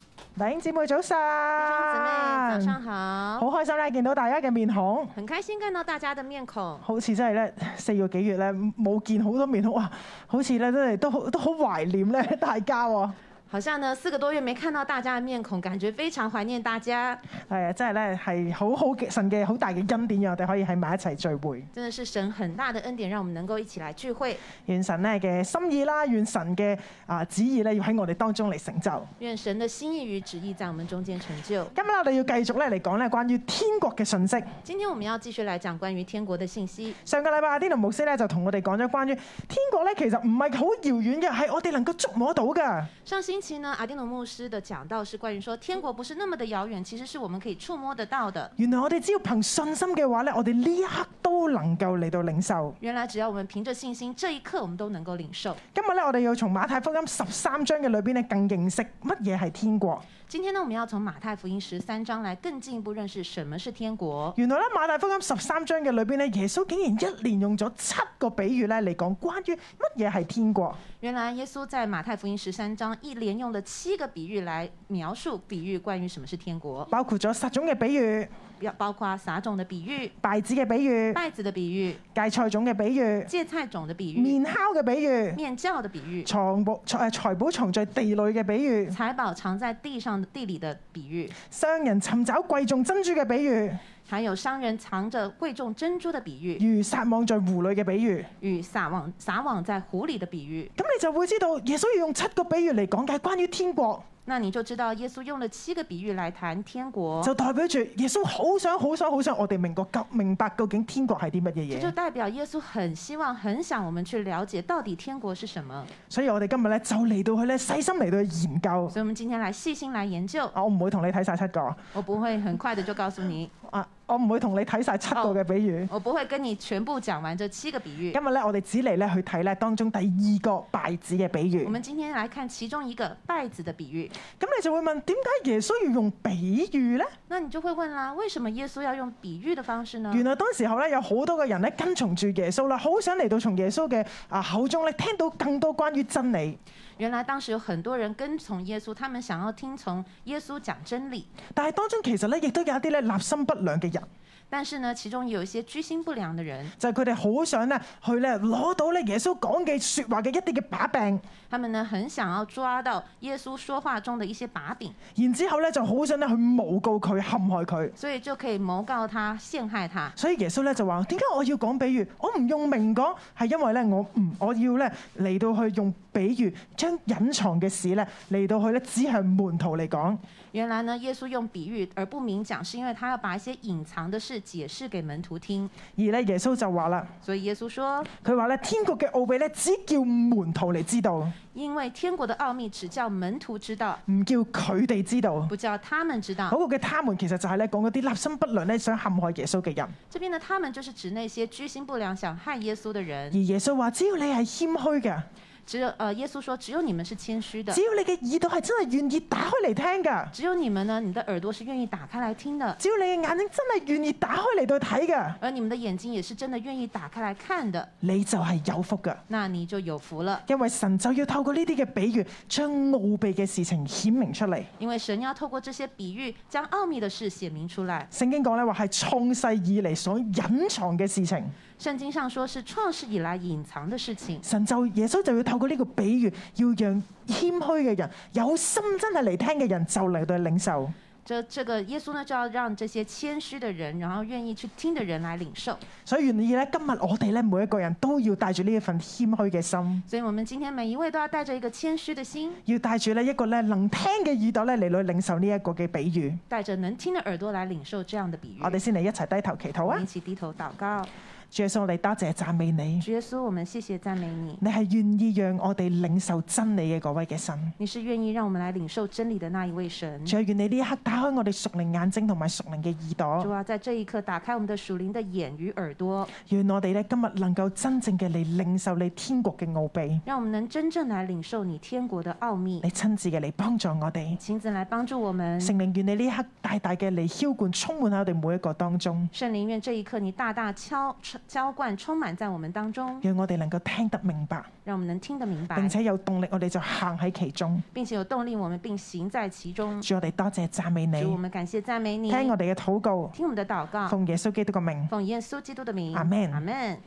弟兄姊妹早晨，弟兄姊妹，早上好，好開心咧，見到大家嘅面孔，很開心看到大家的面孔，好似真係咧四個幾月咧冇見好多面孔，哇！好似咧真係都好都好懷念咧大家喎，好像呢四個多月沒看到大家的面孔，感覺非常懷念大家，係啊，真係咧係好好嘅神嘅好大嘅恩典，讓我哋可以喺埋一齊聚會。真的是神很大的恩典，讓我們能夠一起來聚會。願神咧嘅心意啦，願神嘅啊旨意咧要喺我哋當中嚟成就。願神的心意與旨意在我們中間成就。今日我哋要繼續咧嚟講咧關於天國嘅信息。今天我們要繼續來講關於天國的信息。上個禮拜阿天奴牧師咧就同我哋講咗關於天國咧，其實唔係好遙遠嘅，係我哋能夠觸摸到㗎。上星期呢，阿丁努牧師的講道是關於說天國不是那麼的遙遠，其實是我們可以觸摸得到的。原來我哋只要憑信心嘅話咧，我哋呢一刻都能夠嚟到領受。原來只要我們憑着信心，這一刻我們都能夠領受。今日咧，我哋要從馬太福音十三章嘅裏邊咧，更認識乜嘢係天國。今天呢，我們要從馬太福音十三章來更進一步認識什麼是天國。原來咧，馬太福音十三章嘅裏邊咧，耶穌竟然一連用咗七個比喻咧嚟講關於乜嘢係天國。原來耶穌在馬太福音十三章一連用了七個比喻來描述比喻關於什麼是天國，包括咗撒種嘅比喻、要包括撒種的比喻、稗子嘅比喻、稗子的比喻、芥菜種嘅比喻、芥菜種的比喻、麵酵嘅比喻、麵酵的比喻、藏寶財誒財寶藏在地裏嘅比喻、財寶藏在地上的地裡的比喻，商人尋找貴重珍珠嘅比喻、還有商人藏着貴重珍珠的比喻，如撒網在湖裏嘅比喻。與撒網撒網在湖裡的比喻。咁你就會知道耶穌要用七個比喻嚟講解關於天國，那你就知道耶穌用了七個比喻來談天國，就代表住耶穌好想、好想、好想我哋明國究明白究竟天國係啲乜這嘢就嘢。代表耶穌很希望、很想我們去了解到底天國是什麼。所以我哋今日咧就嚟到去咧細心嚟到去研究。所以，我們今天來細心來研究。啊，我唔會同你睇晒七個，我不會很快的就告訴你，啊，我唔會同你睇晒七哦個嘅比喻。我不會跟你全部講完這七個比喻今。日咧我哋只嚟咧去睇咧當中第二個稗子嘅比喻我。們今天來看其中一個稗子的比喻。咁你就會問點解耶穌要用比喻呢？那你就會問啦，為什麼耶穌要用比喻的方式呢？原來當時候咧有好多嘅人咧跟從住耶穌啦，好想嚟到從耶穌嘅啊口中咧聽到更多關於真理。原來當時有很多人跟從耶穌，他們想要聽從耶穌講真理。但係當中其實咧，亦都有一啲咧立心不良嘅人，但是呢，其中有一些居心不良的人，就係佢哋好想咧去咧攞到咧耶穌講嘅説話嘅一啲嘅把柄，他們呢很想要抓到耶穌說話中的一些把柄，然之後咧就好想咧去誣告佢、陷害佢。所以就可以謀告他、陷害他。所以耶穌咧就話：點解我要講比喻？我唔用明講，係因為咧我唔我要咧嚟到去用比喻，將隱藏嘅事咧嚟到去咧指向門徒嚟講。原來呢，耶穌用比喻而不明講，是因為他要把一些隱藏的事解釋給门徒听。而咧耶穌就話啦，所以耶穌說，佢話咧天國嘅奧秘咧只叫門徒嚟知道，因为天国的奥秘只叫门徒知道，唔叫佢哋知道。不叫他们知道。嗰個嘅他們其實就係咧講嗰啲立心不良咧想陷害耶穌嘅人，这边的他们就是指那些居心不良、想害耶穌的而人。耶穌話：只要你係謙虛嘅，只有呃，耶穌說，只有你们是谦虚的只，要你嘅耳朵係真係願意打開嚟聽㗎，只有你们呢，你的耳朵是愿意打開來聽的，只要你嘅眼睛真係願意打開嚟到睇㗎，而你们的眼睛也是真的願意打開來看的，你就係有福㗎。那你就有福了。因為神就要透過呢啲嘅比喻，將奧秘嘅事情顯明出嚟。因為神要透過這些比喻，將奧秘的事寫明出來。聖經講咧話係創世以嚟所隱藏嘅事情，聖經上說是創世以來隱藏的事情，神就耶穌就要透過呢個比喻，要讓謙虛嘅人、有心真係嚟聽嘅人就嚟到領受。這這個耶穌呢就要讓這些謙虛的人，然後願意去聽的人來領受。所以願意咧，今日我哋咧每一個人都要帶住呢一份謙虛嘅心，所以，我們今天每一位都要帶着一個謙虛的心，要帶住呢一個咧能聽嘅耳朵咧嚟到領受呢一個嘅比喻。帶着能聽的耳朵來領受這樣的比喻。我哋先嚟一齊低頭祈禱我啊們一！起低頭禱告。主耶穌，我哋多謝讚美你，主耶穌，我們謝謝讚美你，你係願意讓我哋領受真理嘅嗰位嘅神。你是願意讓我們來領受真理的那一位神。主啊，願你呢一刻打開我哋屬靈眼睛同埋屬靈嘅耳主朵，啊，在這一刻打開我們的屬靈的眼與耳朵，願我哋咧今日能夠真正嘅嚟領受你天國嘅奧秘，讓我們能真正來領受你天國的奧秘你。親自嘅嚟幫助我哋。亲自來幫助我們。聖靈，願你呢一刻大大嘅嚟澆灌，充滿喺我哋每一個當中。聖靈，願這一刻你大大敲充浇灌充满在我們當中，讓我哋能夠聽得明白，讓我們能聽得明白並，且有動力，我哋就行喺其中。並且有動力，我們並行在其中。主，我哋多謝讚美你，主，我啊們感謝讚美你，聽我哋嘅禱告，聽我們的禱告，奉耶穌基督嘅名。奉耶穌基督的名， Amen 阿門。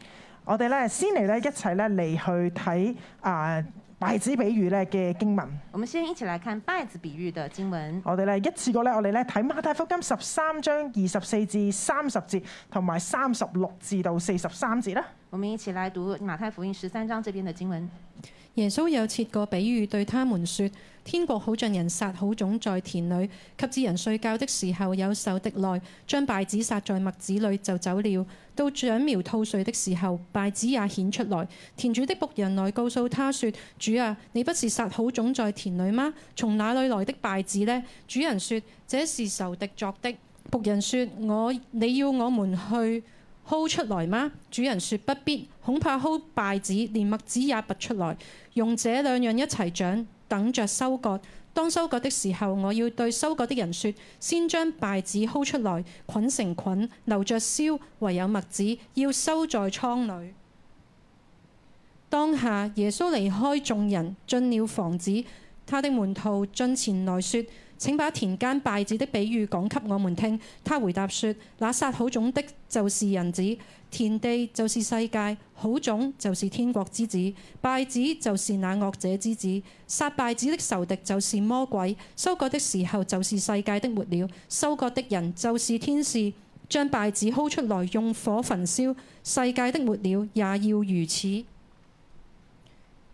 我哋咧先嚟咧一齊咧嚟去睇啊稗子比喻咧嘅經文。我們先一起來看稗子比喻的經文，我哋咧一次過咧，我哋咧睇馬太福音十三章二十四至三十節，同埋三十六至到四十三節啦。我們一起來讀馬太福音十三章這邊的經文。耶穌又設個比喻對他們說：天國好像人撒好種在田裏，及至人睡覺的時候，有仇敵來將稗子撒在麥子裏就走了。到長苗吐穗的時候，稗子也顯出來。田主的僕人來告訴他說：主啊，你不是撒好種在田裏嗎？從哪裏來的稗子呢？主人說：這是仇敵作的。僕人說：我你要我們去薅出來嗎？主人說：不必，恐怕薅稗子，連麥子也拔出來。用這兩樣一齊長，等着收割。當收割的時候，我要對收割的人說：先將稗子薅出來，捆成捆，留着燒；唯有麥子要收在倉裏。當下耶穌離開眾人，進了房子，他的門徒進前來說：請把田間稗子的比喻講給我們聽。他回答說：那撒好種的就是人子，田地就是世界，好種就是天國之子。稗子就是那惡者之子，殺稗子的仇敵就是魔鬼。收割的時候就是世界的末了，收割的人就是天使。將稗子薅出來，用火焚燒。世界的末了也要如此。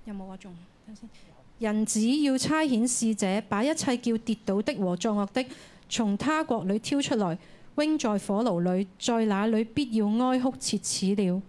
有冇啊？仲等先。人子要差遣使者，把一切叫跌倒的和作惡的，從他國裏挑出來，扔在火爐裏，在那裏必要哀哭切齒了。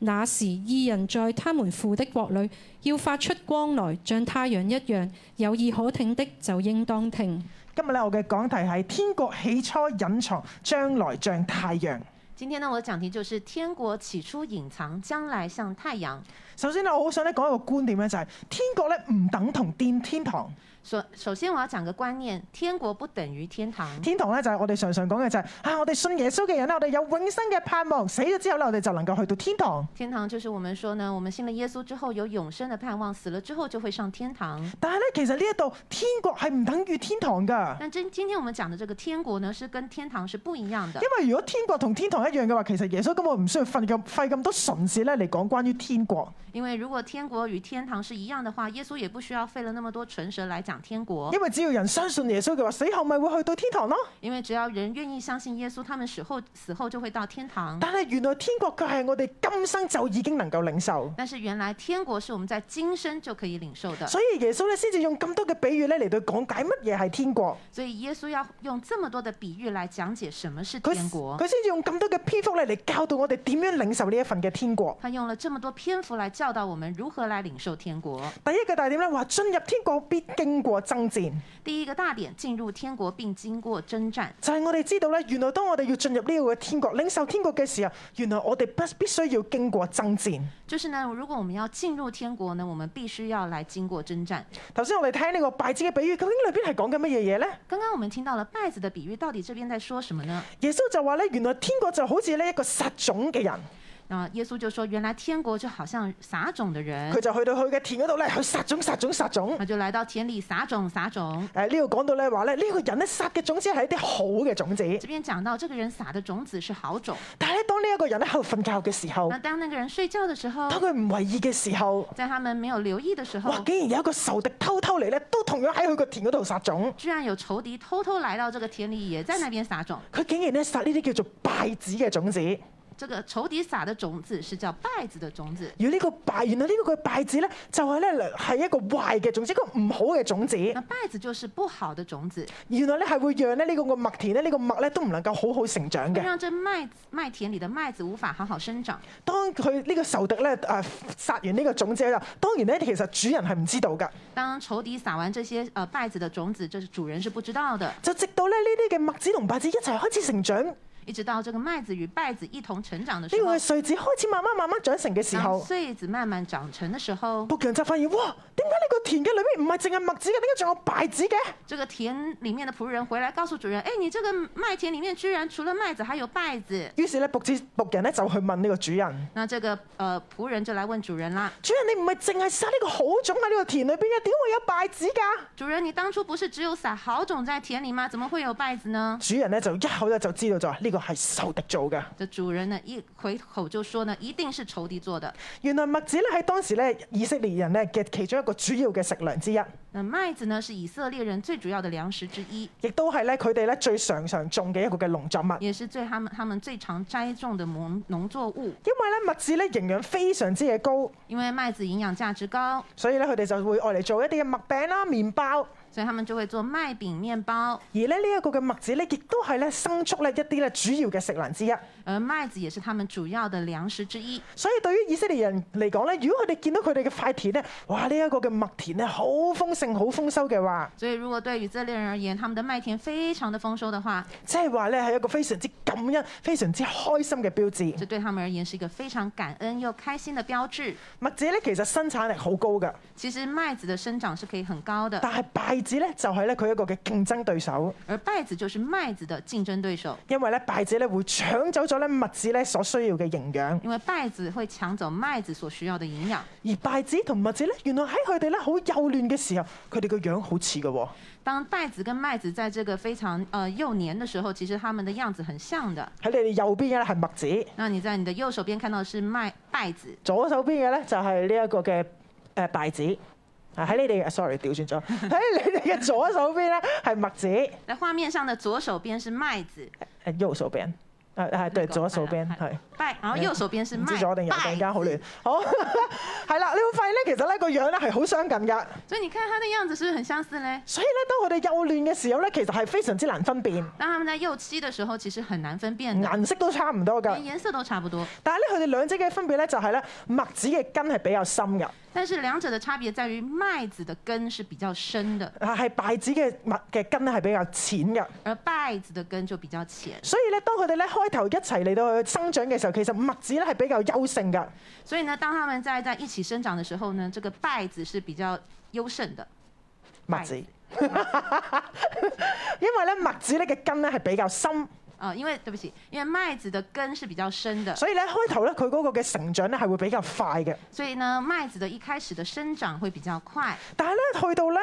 那時，義人在他們父的國裏，要發出光來，像太陽一樣。有意可聽的，就應當聽。今日咧，我嘅講題係天國起初隱藏，將來像太陽。今天呢，我的講題就是天國起初隱藏，將來像太陽。首先咧，我好想咧講一個觀點咧，就係、天國咧唔等同天天堂。首首先我要講個觀念，天國不等於天堂。天堂咧就係我哋常常講嘅就係、啊，我哋信耶穌嘅人咧，我哋有永生嘅盼望，死咗之後咧，我哋就能夠去到天堂。天堂就是我們說呢，我們信了耶穌之後有永生的盼望，死了之後就會上天堂。但係咧，其實呢一度天國係唔等於天堂㗎，但今今天我們講的這個天國呢，是跟天堂是不一樣的。因為如果天國同天堂一樣嘅話，其實耶穌根本唔需要費咁費咁多唇舌咧嚟講關於天國。因為如果天國與天堂是一樣的話，耶穌也不需要費了那麼多唇舌來講天國因，為只要人相信耶穌嘅話，死後咪會去到天堂咯。因為只要人願意相信耶穌，他們死後死後就會到天堂。但係原來天國佢係我哋今生就已經能夠領受，但是原來天國是我們在今生就可以領受的，所以耶穌咧先至用咁多嘅比喻咧嚟到講解乜嘢係天國。所以耶穌要用這麼多的比喻來講解什麼是佢天國佢。先至用咁多嘅篇幅咧嚟教導我哋點樣領受呢一份嘅天國。他用了這麼多篇幅來教導我們如何來領受天國。第一個大點咧話進入天國必經過爭戰，第一個大點，進入天國並經過征戰。就係、我哋知道咧，原來當我哋要進入呢個嘅天國領受天國嘅時候，原來我哋不必須要經過爭戰。就是呢，如果我們要進入天國呢，我們必須要來經過征戰。頭先我哋睇呢個稗子嘅比喻，究竟裏邊係講緊乜嘢嘢呢？剛剛我們聽到了稗子的比喻，到底這邊在說什麼呢？耶穌就話咧，原來天國就好似呢一個撒種嘅人，啊，耶穌就說，原來天國就好像撒種的人佢，就去到佢嘅田嗰度咧，去撒種、撒種、撒種。他就來到田裡撒種撒種。誒呢度講到咧話咧，呢、個人咧撒嘅種子係一啲好嘅種子，這邊講到這個人撒的種子是好種，但係咧當呢一個人咧喺度瞓覺嘅時候那，當那個人睡覺的時候當，佢唔為意嘅時候，在他們沒有留意的時哇！候，竟然有一個仇敵偷偷嚟咧，都同樣喺佢個田嗰度撒種。居然有仇敵偷偷來到這個田裡，也在那邊撒種。佢竟然咧撒呢啲叫做稗子嘅種子，而這個仇敵撒的種子是叫稗子的種子。呢個稗，原來呢個嘅稗子咧就係咧係一個壞嘅種子，一個唔好嘅種子。那稗子就是不好的種子，原來咧係會讓咧呢個個麥田咧呢個麥咧都唔能夠好好成長會嘅。讓這麥子麥田裡的麥子無法好好生長。當佢呢個仇敵咧誒撒完呢個種子之後，當然咧其實主人係唔知道㗎，當仇敵撒完這些呃稗子的種子，這是主人是不知道的，就直到咧呢啲嘅麥子同稗子一齊開始成長，一直到这个麦子与稗子一同成长的时呢候個係，穗子開始慢慢慢慢長成嘅時当候，穗子慢慢长成的时候，牧羊就發現哇，點解呢個田嘅裏面唔係淨係麥子嘅，點解仲有稗子嘅？这个田里面的仆人回来告诉主人：“哎，你这个麦田里面居然除了麦子还有稗子。於是咧，仆子仆人咧就去問呢個主人：”那这个呃仆人就来问主人啦主人，你唔係淨係撒呢個好種喺呢個田裏邊嘅，點會有稗子㗎？：“主人，你当初不是只有撒好种在田里吗？怎么会有稗子呢主人咧就一口咧就知道就話呢個係仇敵做嘅。？”这主人呢一回口就说呢：“一定是仇敌做的。”原來麥子咧喺當時咧以色列人咧嘅其中一個主要嘅食糧之一，那麦子呢，是以色列人最主要的粮食之一，亦都係咧佢哋咧最常常種嘅一個嘅農作物。也是最他们他们最常栽种的农农作物。因為咧麥子咧營養非常之嘅高，因为麦子营养价值高，所以咧佢哋就會愛嚟做一啲嘅麥餅啦、麵包。而所以他们就会做麦饼、面包。咧呢一個嘅麥子咧，亦都係咧生畜咧一啲咧主要嘅食糧之一。而麦子也是他们主要的粮食之一。所以對於以色列人嚟講咧，如果佢哋見到佢哋嘅塊田咧，哇！呢、一個嘅麥田咧好豐盛、好豐收嘅話，所以，如果对以色列人而言，他们的麦田非常的丰收的话，即係話咧係一個非常之感恩、非常之開心嘅標誌。这对他们而言是一个非常感恩又开心的标志。麥子咧其實生產力好高㗎，其实，麦子的生长是可以很高的，但係稗子咧就係咧佢一個嘅競爭對手，而稗子就是麦子的竞争对手，因為咧稗子咧會搶走咗咧麥子咧所需要嘅營養，因为稗子会抢走麦子所需要的营养。而稗子同麥子咧原來喺佢哋咧好幼嫩嘅時候，佢哋個樣好似嘅喎。当稗子跟麦子在这个非常呃幼年的时候，其实它们的样子很像的。喺你哋右邊嘅咧係麥子，那你在你的右手边看到的是麦稗子，左手邊嘅咧就係呢一個嘅誒稗子。啊！喺你哋嘅，sorry，調轉咗。喺你哋嘅左手邊咧係麥子，誒在画面上的左手边是麦子，右手邊，誒係對左手邊係。稗，然后右手边是唔麦知左定右，突然間好稗亂子。好， 係啦，你會發現咧，其實咧個樣咧係好相近㗎，所以你看它的样子是不是很相似嘞？所以咧當佢哋幼嫩嘅時候咧，其實係非常之難分辨，当它们在幼期的时候，其实很难分辨的，顏色都差唔多连㗎。颜色都差不多。但係咧，佢哋兩者嘅分別咧就係咧麥子嘅根係比較深㗎，但是两者的差别在于麦子的根是比较深的，啊係稗子嘅麥嘅根咧係比較淺㗎。而稗子的根就比較淺。所以咧，當佢哋咧開頭一齊嚟到去生長嘅時候，其實麥子咧係比較優勝㗎。所以呢，当它们在在一起生长的时候呢，这个稗子是比较优胜的。麥子， 因為咧麥子咧嘅根咧係比較深，啊、因为对不起，因为麦子的根是比较深的，所以咧開頭咧佢嗰個嘅成長咧係會比較快嘅。所以呢，麦子的一开始的生长会比较快。但係咧，去到咧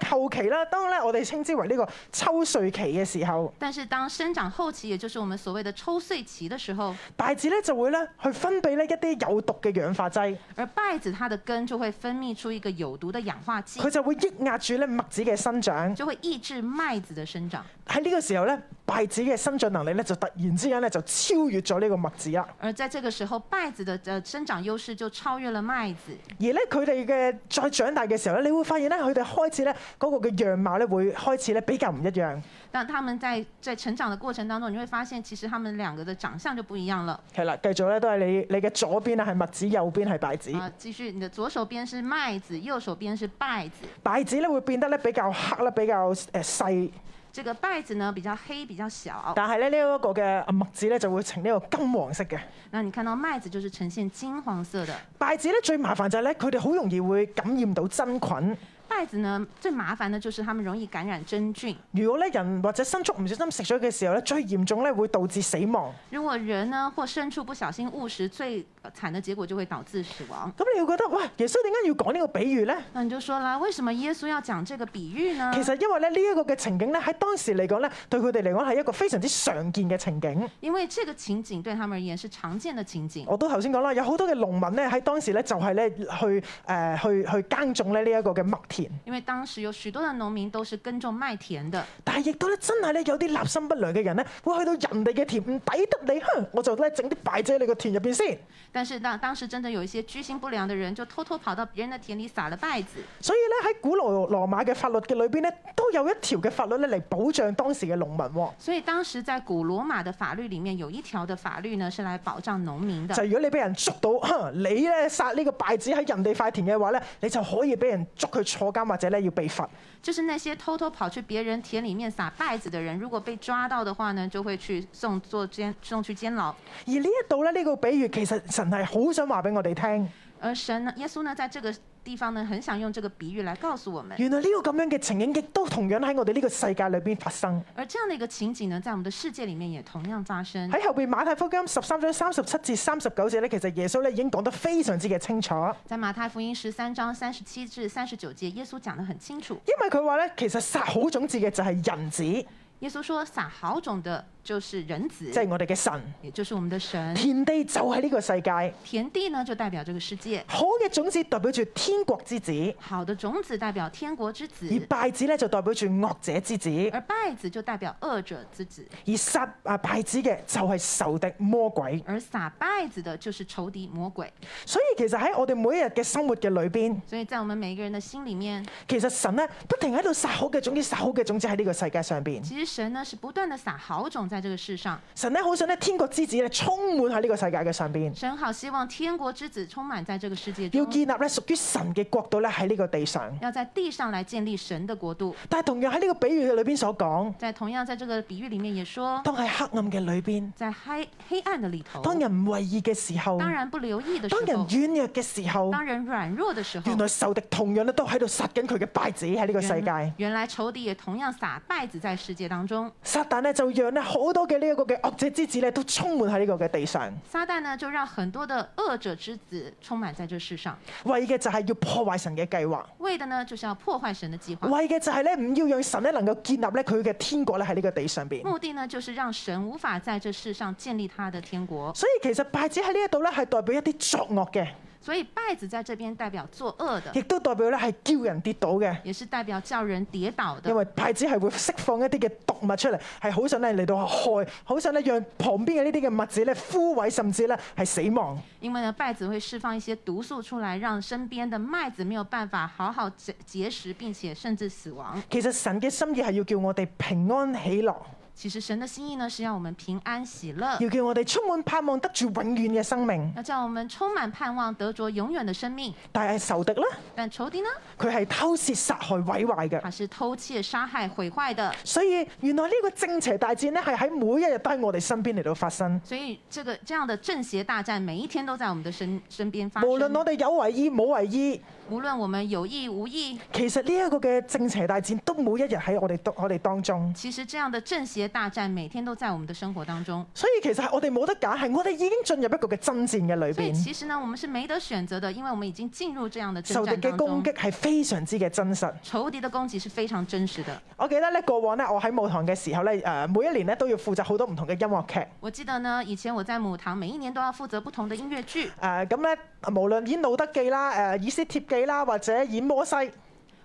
誒後期啦，當咧我哋稱之為呢個秋穗期嘅時候，但是当生长后期，也就是我们所谓的抽穗期的时候，稗子咧就會咧去分泌咧一啲有毒嘅氧化劑，而稗子它的根就会分泌出一个有毒的氧化剂佢，就會抑壓住咧麥子嘅生長。就会抑制麦子的生长。喺呢個時候咧，稗子嘅生長能力咧就突然之間咧就超越咗呢個麥子啦。而在这个时候，稗子的呃生长优势就超越了麦子，而咧佢哋嘅再長大嘅時候咧，你會發現咧佢哋開始咧嗰個嘅樣貌咧會開始咧比較唔一樣。但他们在在成长的过程当中，你会发现其实他们两个的长相就不一样了。係啦，繼續咧都係你你嘅左邊啊係麥子，右邊係稗子。啊，继续，你的左手边是麦子，右手边是稗子。稗子咧會變得咧比較黑啦，比較誒細。这个稗子呢比较黑，比较小。但係咧呢一個嘅麥子咧就會呈呢個金黃色嘅。那你看到麦子就是呈现金黄色的。稗子咧最麻煩就係咧，佢哋好容易會感染到真菌。稗子呢最麻烦的就是它们容易感染真菌。如果咧人或者牲畜唔小心食咗嘅時候咧，最嚴重咧會導致死亡。如果人呢或牲畜不小心误食，最呃惨的结果就会导致死亡。咁你會覺得哇，耶穌點解要講呢個比喻咧？那你就说了，為什麼耶穌要講這個比喻呢？其實因為咧呢一個嘅情景咧喺當時嚟講咧，對佢哋嚟講係一個非常之常見嘅情景。因為這個情景對他們而言是常見的情景。我都頭先講啦，有好多嘅農民咧喺當時咧就係咧去誒、呃去去耕種咧呢一個嘅麥田，因為當時有許多的農民都是耕種麥田的，但係亦都咧真係咧有啲立心不良嘅人咧會去到人哋嘅田唔抵得你，哼，我就咧整啲敗者喺你個田入邊先。但是當當時真的有一些居心不良的人，就偷偷跑到別人的田裡撒了稗子。所以咧喺古羅羅馬嘅法律嘅裏邊咧，都有一條嘅法律咧嚟保障當時嘅農民喎。所以當時在古羅馬的法律裡面有一條的法律呢，是來保障農民的就。係如果你俾人捉到，哼，你咧殺呢個敗子喺人哋塊田嘅話咧，你就可以俾人捉佢坐監監或者咧要被罰。就是那些偷偷跑去别人田里面撒稗子的人，如果被抓到的话呢，就会去送做监送去监牢。而呢一度咧呢個比喻其實神係好想話俾我哋聽，而神呢，耶稣呢，在这个地方呢，很想用这个比喻来告诉我们。原來呢個咁樣嘅情景亦都同樣喺我哋呢個世界裏邊發生。而这样的一个情景呢，在我们的世界里面也同样发生。喺後邊馬太福音十三章三十七至三十九節咧，其實耶穌咧已經講得非常之嘅清楚，在马太福音十三章三十七至三十九节，耶稣讲得很清楚。因為佢話咧，其實撒好種子嘅就係人子，即耶稣说，撒好种的就是人子，係我哋嘅神。也就是我们的神。田地就係呢個世界，田地呢，就代表这个世界。好嘅種子代表住天國之子，好的种子代表天国之而子，稗子咧就代表住惡者之子，而稗子就代表恶者之子，而撒啊稗子嘅就係仇敵魔鬼。而撒稗子的就是仇敌魔鬼。所以其實喺我哋每一日嘅生活嘅裏邊，所以在我们每一个人的心里面，其實神咧不停喺度撒好嘅種子，撒好嘅種子喺呢個世界上邊。其实神呢是不断的撒好种在这个世上。神咧好想咧天國之子咧充滿喺呢個世界嘅上邊。神好希望天国之子充满在这个世界要中，建立咧屬於神嘅國度咧喺呢個地上。要在地上来建立神的国度。但係同樣喺呢個比喻嘅裏邊所講，在同样在这个比喻里面也说，當喺黑暗嘅裏邊，在黑黑暗的里头，當人唔為意嘅時候，当當然不留意的时人候，軟弱嘅時候，当人软弱的时候原，來仇敵同樣咧都喺度殺緊佢嘅敗子喺呢個世界。原来仇敌也同样撒稗子在世界当中。撒旦咧就讓咧好多嘅呢一個嘅惡者之子咧都充滿喺呢個嘅地上，撒旦呢，就让很多的恶者之子充满在这世上，為嘅就係要破壞神嘅計劃，为的呢，就是要破坏神的计划，為嘅就係咧唔要讓神咧能夠建立咧佢嘅天國咧喺呢個地上邊。目的呢，就是让神无法在這世上建立他的天国。所以其實敗子喺呢一度咧係代表一啲作惡嘅，所以稗子在这边代表作恶的，亦都代表咧係叫人跌倒嘅。也是代表叫人跌倒因的。為牌子係會釋放一啲嘅毒物出嚟，係好想咧嚟到害，好想咧讓旁邊嘅呢啲嘅物質咧枯萎，甚至咧係死亡。因为呢，稗子会释放一些毒素出来，让身边的麦子没有办法好好结结实，并且甚至死亡。其實神嘅心意係要叫我哋平安喜樂，其实神的心意呢，是要我们平安喜乐，要叫我哋充滿盼望，得住永遠嘅生命。要叫我们充满盼望，得着永远的生命。但係仇敵咧，但仇敌呢，佢係偷竊、殺害、毀壞嘅。他是偷窃、杀害、毁坏的。所以原來呢個正邪大戰咧，係喺每一日都喺我哋身邊嚟到發生。所以这个这样的正邪大战，每一天都在我们的身身边发生。無論我哋有為意冇為意，无论我们有意无意，其實呢一個嘅正邪大戰都每一日喺我哋我哋當中。其实这样的正邪大战每天都在我们的生活当中。所以其實係我哋冇得揀，係我哋已經進入一個嘅真戰嘅裏所以邊。其实呢，我们是没得选择的，因为我们已经进入这样的仇征敵战嘅当攻中。擊係非常之嘅真實。仇敌的攻击是非常真实的。我記得咧，過往咧，我喺舞堂嘅時候咧，誒、每一年咧都要負責好多唔同嘅音樂劇。我记得呢，以前我在母堂，每一年都要負責不同的音樂劇。誒呃咁咧，無論演《路德記》啦、誒、呃以斯帖記》啦，或者演摩西，誒、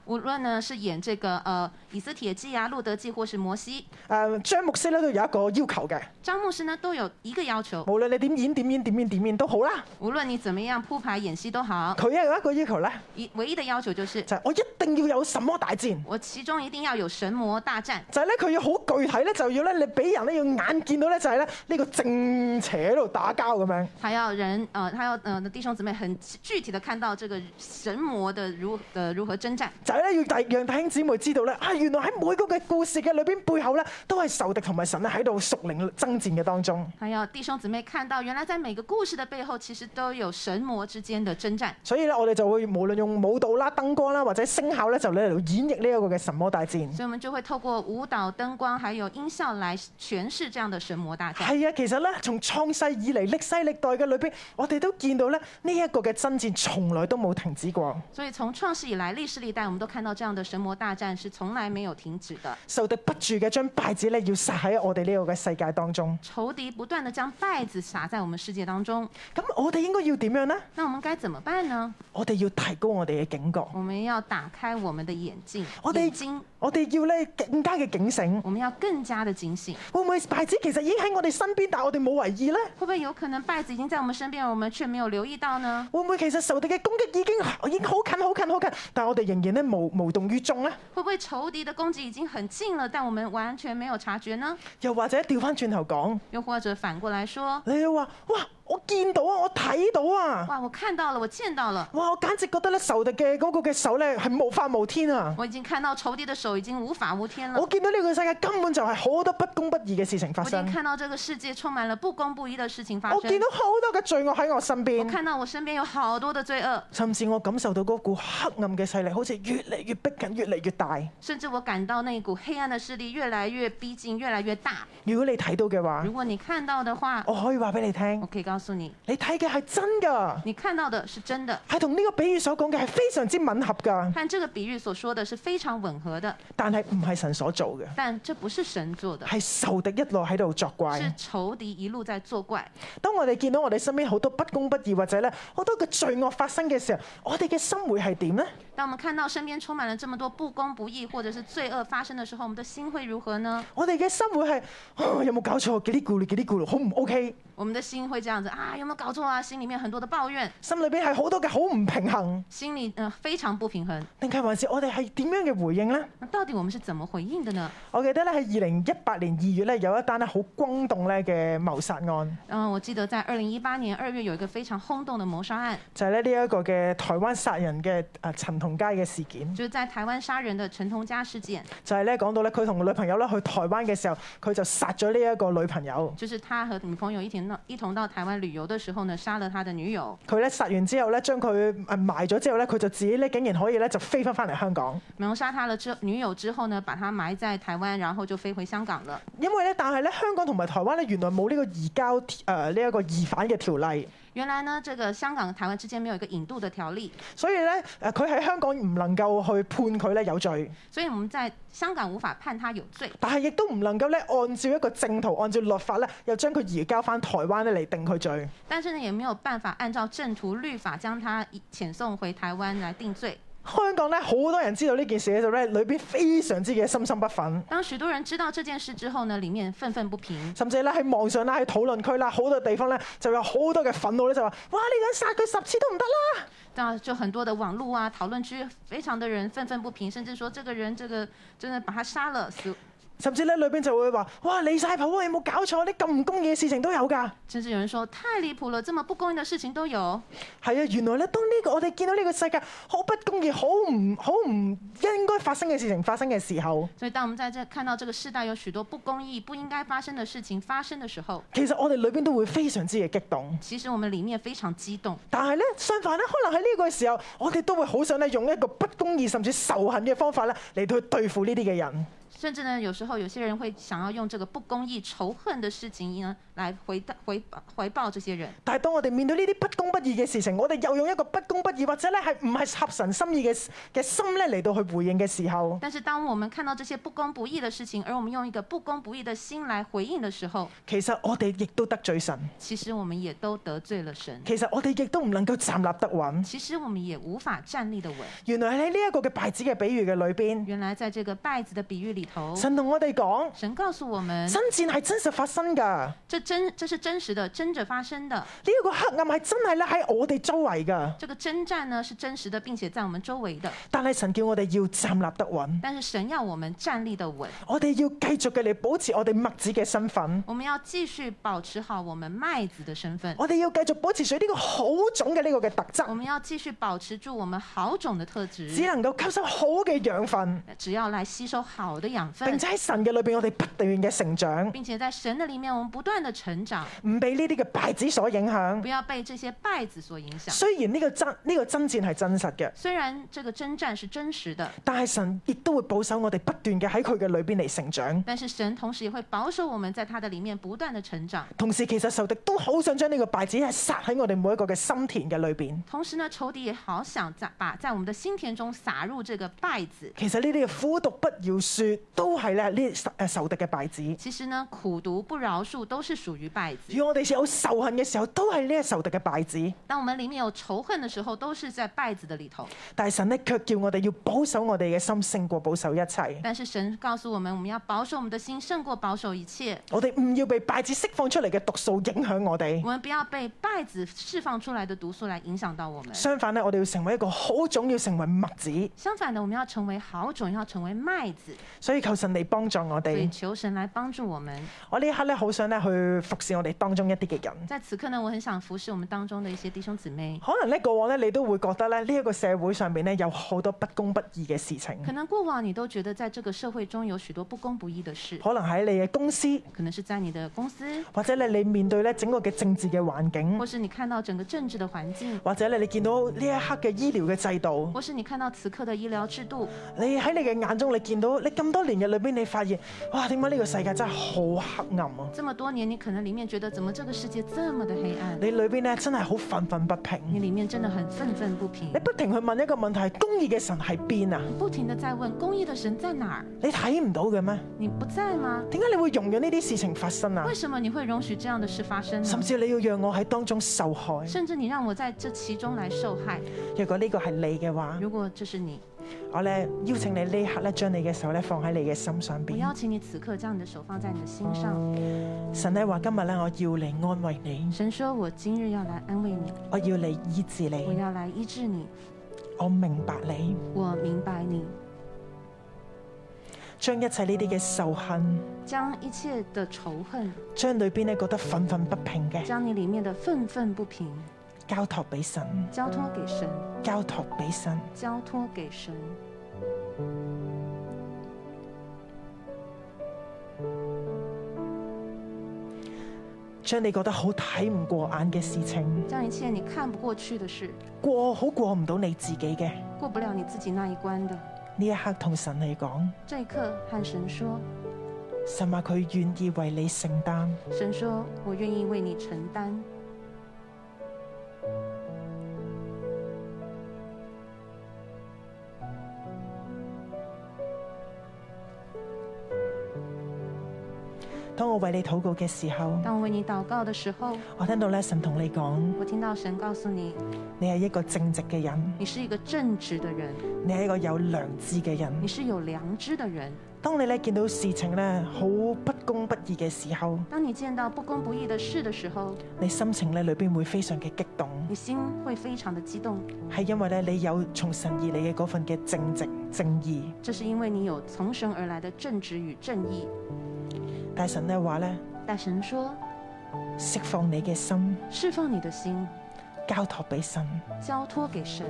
无论呢是演这个呃《以斯帖记》啊、《路德记》或是《摩西》，呃張牧師咧都有一個要求嘅，张牧师呢都有一个要求，無論你點演、點演、點演、點演都好啦，无論你怎么样鋪排演戲都好，佢有一個要求咧，一唯一的要求就是就係、我一定要有什麼大戰，就我其中一定要有神魔大战，係咧佢要好具體咧，就要咧你俾人咧要眼見到咧就係咧呢個正邪喺度打交咁樣。他要人呃，他要呃弟兄姊妹很具体的看到这个神魔的如呃如何征战，就係咧要第讓弟兄姊妹知道咧，啊原來喺每個嘅故事嘅裏邊背後咧，都係仇敵同埋神咧喺度屬靈爭戰嘅當中。他要弟兄姊妹看到原来在每个故事的背后，其实都有神魔之间的征战。所以咧，我哋就會無論用舞蹈啦、燈光啦，或者聲效咧，就嚟到演繹呢一個嘅神魔大戰。所以，我们就会透过舞蹈、灯光还有音效来诠释这样的神魔大战。係啊，其實咧，從創世以嚟歷世歷代嘅裏邊，我哋都見到咧呢一個嘅爭戰從來都冇停止過。所以，从创世以来，历史历代，我们都看到这样的神魔大战是从来没有停止的。仇敵不住嘅將敗子咧要殺喺我哋呢個嘅世界當中。仇敌不断的将稗子撒在我们世界当中，咁我哋應該要點樣呢？那我们该怎么办呢？我哋要提高我哋嘅警覺，我们要打开我们的眼睛，我得眼睛，我哋要咧更加嘅警醒。我们要更加的警醒。會唔會敗子其實已經喺我哋身邊，但係我哋冇為意呢？会不会有可能稗子已经在我们身边，而我们却没有留意到呢？會唔會其實仇敵嘅攻擊已經已經好近、好近、好近，但係我哋仍然咧無無動於衷呢？会不会仇敌的攻击已经很近了，但我们完全没有察觉呢？又或者調翻轉頭講，又或者反过来说，你又話：哇，我見到啊，我睇到啊，哇，我看到了，我見到了，哇！我簡直覺得咧仇敵嘅嗰個嘅手咧係無法無天啊！我已經看到仇敵的手已經無法無天了我。見到呢個世界根本就係好多不公不義嘅事情發我已經生，看到這個世界充滿了不公不義的事情發我見生。哦到好多嘅罪惡喺我身我邊，看到我身邊有好多的罪惡，甚至我感受到嗰股黑暗嘅勢力好似越嚟越逼近，越嚟越大。甚至我感到那一股黑暗的勢力越來越逼近，越來越大。如果你睇到嘅話如，果哦你看到的話，我可以話俾你我聽，可以告訴你，你睇嘅係真㗎，你看到的是真的，係同呢個比喻所講嘅係非常之吻合㗎，和這個比喻所說的是非常吻合的。但係唔係神所做嘅，但這不是神做的，係仇敵一路喺度作怪。是仇敵一路在作怪。當我哋見到我哋身邊好多不公不義或者咧好多嘅罪惡發生嘅時候，我哋嘅心會係點呢？當我們看到身邊充滿了這麼多不公不義或者是罪惡發生的時候，我們的心會如何呢？我哋嘅心會係、 啊有冇搞錯？幾啲顧慮，幾啲顧慮，好唔 OK？我們的心會這樣子啊，有沒有搞錯啊？心裡面很多的抱怨，心裏邊係好多嘅好唔平衡，心裡嗯、呃非常不平衡。定係還是我哋係點樣嘅回應呢？那到底我們是怎麼回應的呢？我記得咧喺二零一八年二月咧有一單咧好轟動咧嘅謀殺案，嗯，我記得在二零一八年二月有一個非常轟動的謀殺案，就係咧呢一個嘅台灣殺人嘅啊陳同佳嘅事件，就是在台灣殺人的陳同佳事件，就係咧講到咧佢同女朋友咧去台灣嘅時候，佢就殺咗呢一個女朋友。就是他和女朋友一起到一同到台灣旅遊的時候呢，殺了他的女友，佢咧殺完之後咧，將佢誒埋咗之後咧，佢就自己咧竟然可以咧就飛翻翻嚟香港，謀殺他了之女友之後呢，把他埋在台灣，然後就飛回香港了。因為咧，但係咧香港同埋台灣咧原來冇呢個移交誒呢一個疑犯嘅條例，原來呢，這個香港、台灣之間沒有一個引渡的條例，所以咧誒佢喺香港唔能夠去判佢咧有罪，所以我們在香港無法判他有罪，但係亦都唔能夠咧按照一個正途，按照律法咧又將佢移交翻台灣咧嚟定佢罪。但是呢，也沒有辦法按照正途律法將他遣送回台灣來定罪。香港咧好多人知道呢件事嘅時候咧，裏邊非常之嘅深深不憤。當許多人知道這件事之後呢，裡面憤憤不平，甚至咧喺網上啦、喺討論區啦、好多地方咧，就有好多嘅憤怒咧，就話：哇！呢個人殺佢十次都唔得啦！那就很多的網絡啊、討論區，非常的人憤憤不平，甚至說这个人这个真的把他杀了死，甚至咧裏邊就會話：哇，離晒譜啊！有冇搞錯？啲咁唔公義嘅事情都有㗎。甚至有人說太離譜了，這麼不公義的事情都有。係啊，原來咧，當呢、個我哋見到呢個世界好不公義、好唔好唔應該發生嘅事情發生嘅時候，所以當我們在這看到這個世代有許多不公義、不應該發生的事情發生的時候，其實我哋裏邊都會非常之嘅激動。其實我們裡面非常激動，但係咧，相反咧，可能喺呢個時候，我哋都會好想咧用一個不公義甚至仇恨嘅方法咧嚟到去對付呢啲嘅人。甚至呢，有時候有些人會想要用這個不公義、仇恨的事情呢來回答回回報這些人。但係當我哋面對呢啲不公不義嘅事情，我哋又用一個不公不義或者咧係唔係合神心意嘅嘅心咧嚟到去回應嘅時候，但是當我們看到這些不公不義的事情，而我們用一個不公不義的心來回應的時候，其實我哋亦都得罪神，其實我們也都得罪了神。其實我哋亦都唔能夠站立得穩。其實我們也無法站立得穩。原來喺呢一個嘅敗子嘅比喻嘅裏邊，原來在這個稗子的比喻裏頭，神同我哋講，神告訴我們，真戰係真實發生㗎，呢、這真這是真實的，真着發生的。一個黑暗係真係咧喺我哋周圍㗎，這個征戰呢是真實的，並且在我們周圍的。但係神叫我哋要站立得穩，但是神要我們站立得穩，我哋要繼續嘅嚟保持我哋麥子嘅身份。我們要繼續保持好我們麥子的身份，我哋要繼續保持住呢個好種嘅呢個嘅特我質，們要繼續保持住我們好種的特只質。能夠吸收好嘅養分。只要來吸收好的養並分，且喺神嘅裏邊，我哋不斷嘅成長，並且在神的裡面，我們不斷的成長，唔俾呢啲嘅敗子所影響不。要被這些稗子所影響。雖然呢個真呢、個真戰係真實嘅，雖然這個征戰是真實的，但係神亦都會保守我哋不斷嘅喺佢嘅裏邊嚟成長。但是神同時也會保守我們在他的裡面不斷的成長。同時，其實仇敵都好想將呢個敗子係撒喺我哋每一個嘅心田嘅裏邊。同時呢，仇敵也好想在把在我們的心田中撒入這個稗子。其實呢啲嘅苦毒不饒恕都係咧呢誒仇敵嘅敗子。其實呢，苦毒不饒恕都是屬於稗子。如果我哋有仇恨嘅時候，都係呢個仇敵嘅敗子。當我們裡面有仇恨的時候，都是在稗子的裡頭。但係神呢，卻叫我哋要保守我哋嘅心，勝過保守一切。但是神告訴我們，我們要保守我們的心，勝過保守一切。我哋唔要被敗子釋放出嚟嘅毒素影響我哋我。們不要被稗子釋放出來的毒素來影響到我們。相反咧，我哋要成為一個好種，要成為麥子。相反的，我們要成為好種，要成為麥子。所以求神嚟幫助我所以哋。求神来帮助我们。我呢一刻咧，好想咧去服侍我哋當中一啲嘅人。在此刻呢，我很想服侍我们當中的一些弟兄姊妹。可能咧過往咧，你都會覺得咧呢一個社會上面咧有好多不公不義嘅事情，可能过往你都觉得在这个社会中有许多不公不义的事，可能喺你嘅公司，可能是在你的公司，或者咧你面對咧整個嘅政治嘅環境或，是你看到整个政治的环境，或者咧你見到呢一刻嘅醫療嘅制度，或是你看到此刻的醫療制度。你喺你嘅眼中你見到你咁多年嘅裏邊，你發現哇點解呢個世界真係好黑暗啊！这么多年，你可能里面觉得怎么这个世界这么的黑暗，你裏邊咧真係好憤憤不你平，里面真的很愤愤不平你，不停去問一個問題：公義嘅神喺邊啊？不停的在问公义的神在哪儿？你睇唔到嘅咩？你不在吗？點解你會容忍呢啲事情發生啊为？什么你会容许这样的事发生甚呢？至你要讓我喺當中受害。甚至你让我在这其中来受害。若果呢個係你嘅話，如果这是你，我咧邀請你呢一刻咧將你嘅手咧放喺你嘅心上我邊。邀请你此刻将你的手放在你的心上。神咧話今日咧我要嚟安慰你，神说：“我今日要来安慰你，我要嚟醫治我你，要来医治你，我明白你，我明白你，將一切呢啲嘅仇恨，将一切的仇恨，將裏邊咧覺得憤憤不平嘅将你里面的愤愤不平，交託俾神，交托给神，交託俾神。交托给神。將你覺得好睇唔過眼嘅事情，将一切你看不过去的事，過好過唔到你自己嘅过不了你自己那一关的，呢一刻，同神嚟講，这一刻和神说，神話佢願意為你承擔。神说我愿意为你承担。當我為你禱告嘅時候，当我为你祷告的时候，我聽到咧神同你講，我听到神告诉你，你係一個正直嘅人，你是一个正直的人，你係一個有良知嘅你人。是有良知的人。當你咧見到事情咧好不公不義嘅時候，当你见到不公不义的事的时候，你心情咧裏邊會非常嘅激動，你心会非常的激动，係因為咧你有從神而嚟嘅嗰份嘅正直正義。这是因为你有从神而来的正直与正义。但神咧話咧但神说，釋放你嘅心，释放你的心，交託俾神。交托给神。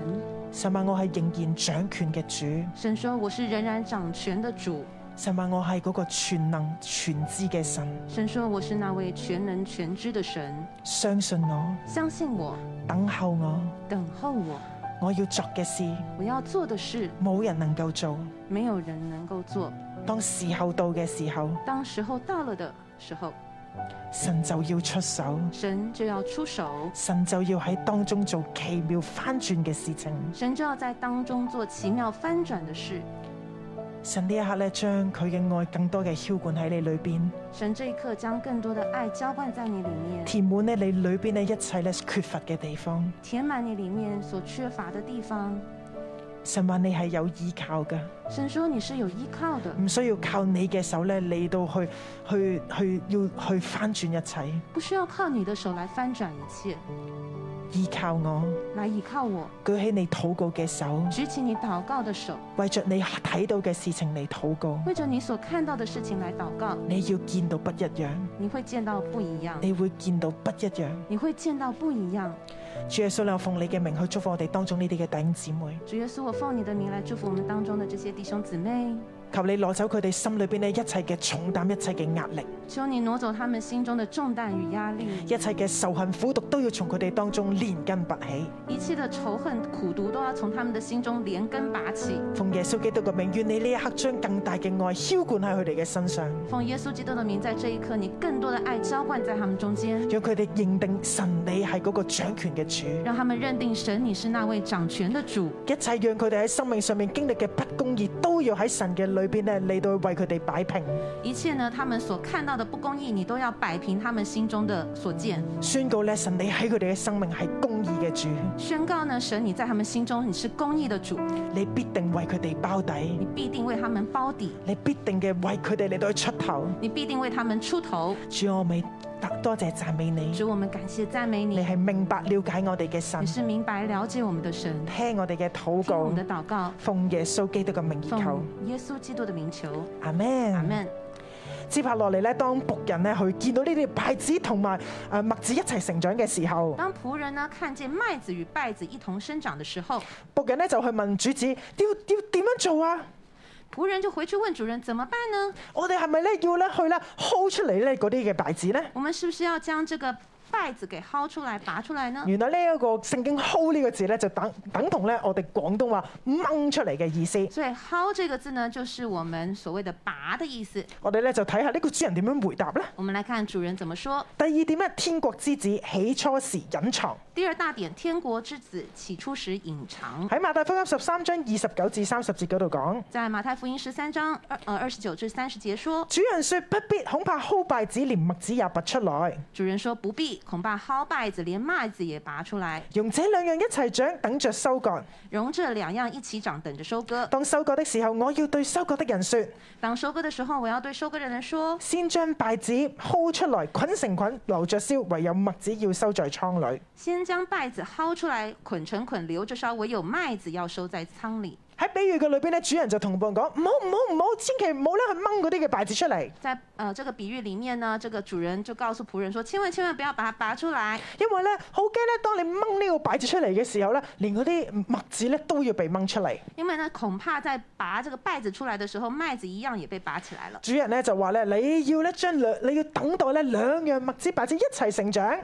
神話我係仍然掌權嘅主，神说，我是仍然掌权的主。神話我係嗰個全能全知嘅神。神说，我是那位全能全知的神。相信我，相信我，等候我，等候我，我要作嘅事我要做的事，冇人能夠做。没有人能够做。當時候到嘅時候，当时候到了的时候，神就要出手，神就要出手，神就要喺當中做奇妙翻轉嘅事情。神就要在当中做奇妙翻转的事。神呢一刻咧，將佢嘅愛更多嘅澆灌喺你裏邊，神这一刻将更多的爱浇灌在你里面，填滿咧你裏邊咧一切咧缺乏嘅地方。填满你里面所缺乏的地方。神話你係有依靠嘅，神说你是有依靠的，唔需要靠你嘅手咧嚟到去去去要去翻轉一切。不需要靠你的手来翻转一切，依靠我，来依靠我，舉起你禱告嘅手，举起你祷告的手，為着你睇到嘅事情嚟禱告。为着你所看到的事情来祷告，你要見到不一樣，你会见到不一样，你會見到不一樣。你会见到不一样。主耶穌，我奉你嘅名去祝福我哋當中呢啲嘅弟兄姊妹，主耶稣，我奉你的名来祝福我们当中的这些弟兄姊妹，求你攞走佢哋心裏邊呢一切嘅重擔、一切嘅壓力、求你挪走他们心中的重担与压力，一切嘅仇恨、苦毒，都要從佢哋當中連根拔起。一切的仇恨、苦毒都要从他们的心中连根拔起。奉耶穌基督嘅名，願你呢一刻將更大嘅愛澆灌喺佢哋嘅身上，奉耶稣基督的名，在这一刻，你更多的爱浇灌在他们中间，讓佢哋認定神你係嗰個掌權嘅主，让他们认定神你是那位掌权的主。一切讓佢哋喺生命上面經歷嘅不公義，都要喺神嘅裏邊呢嚟到為佢哋擺平，一切呢，他们所看到的不公义，你都要摆平他们心中的所见，宣告呢神你喺佢哋嘅生命係公義嘅主，宣告呢，神你在他们心中你是公义的主，你必定為佢哋包底。你必定为他们包底，你必定嘅為佢哋嚟到去出頭。你必定为他们出头。主，我未白，多謝讚美你。主，我们感谢赞美你你，係明白了解我哋嘅神你，是明白了解我们的神，聽我哋嘅禱听我告们，的祷告，奉耶穌基督嘅名而求。奉耶穌基督的名求，阿咩？阿門。接下落嚟咧，當仆人咧去見到呢啲稗子同埋誒麥子一齊成長嘅時候，当仆人呢看见麦子與稗子一同生長的时候，仆人咧就去問主子：要要點樣做啊？仆人就回去問主人怎么办呢？我哋係咪咧要咧去咧薅出嚟咧嗰啲嘅稗子咧？我们是不是要將這個稗子給薅出來、拔出來呢？原來呢一個聖經薅呢個字咧，就等等同咧我哋廣東話掹出嚟嘅意思。所以“薅”這個字呢，就是我們所謂的“拔”的意思。我哋咧就睇下呢個主人點樣回答咧。我們來看主人怎麼說。第二點咧，天國之子起初時隱藏，第二大點，天國之子起初時隱藏，喺馬太福音十三章二十九至三十節嗰度講。在馬太福音十三章二呃二十九至三十節說，主人說：不必，恐怕薅稗子，連麥子也拔出來。主人說不必，恐怕薅稗子連麥子也拔出來，用這兩樣一齊長，等着收割。容這兩樣一起長，等着收割。當收割的時候，我要對收割的人說：當收割的時候，我要對收割的人說，先將稗子薅出來，捆成捆，留着燒；唯有麥子要收在倉裏。先將稗子薅出來，捆成捆，留着燒；唯有麥子要收在倉裡。喺比喻嘅裏邊咧，主人就同伴講：唔好唔好唔好，千祈唔好咧去掹嗰啲嘅稗子出嚟，在呃這個比喻裡面呢，這個主人就告訴僕人說，千萬千萬不要把它拔出來，因為咧好驚咧，當你掹呢個稗子出嚟嘅時候咧，連嗰啲麥子咧都要被掹出嚟。因為呢，恐怕在拔這個稗子出來的時候，麥子一樣也被拔起來了。主人咧就話咧：你要咧將兩，你要等待咧兩樣麥子稗子一齊成長。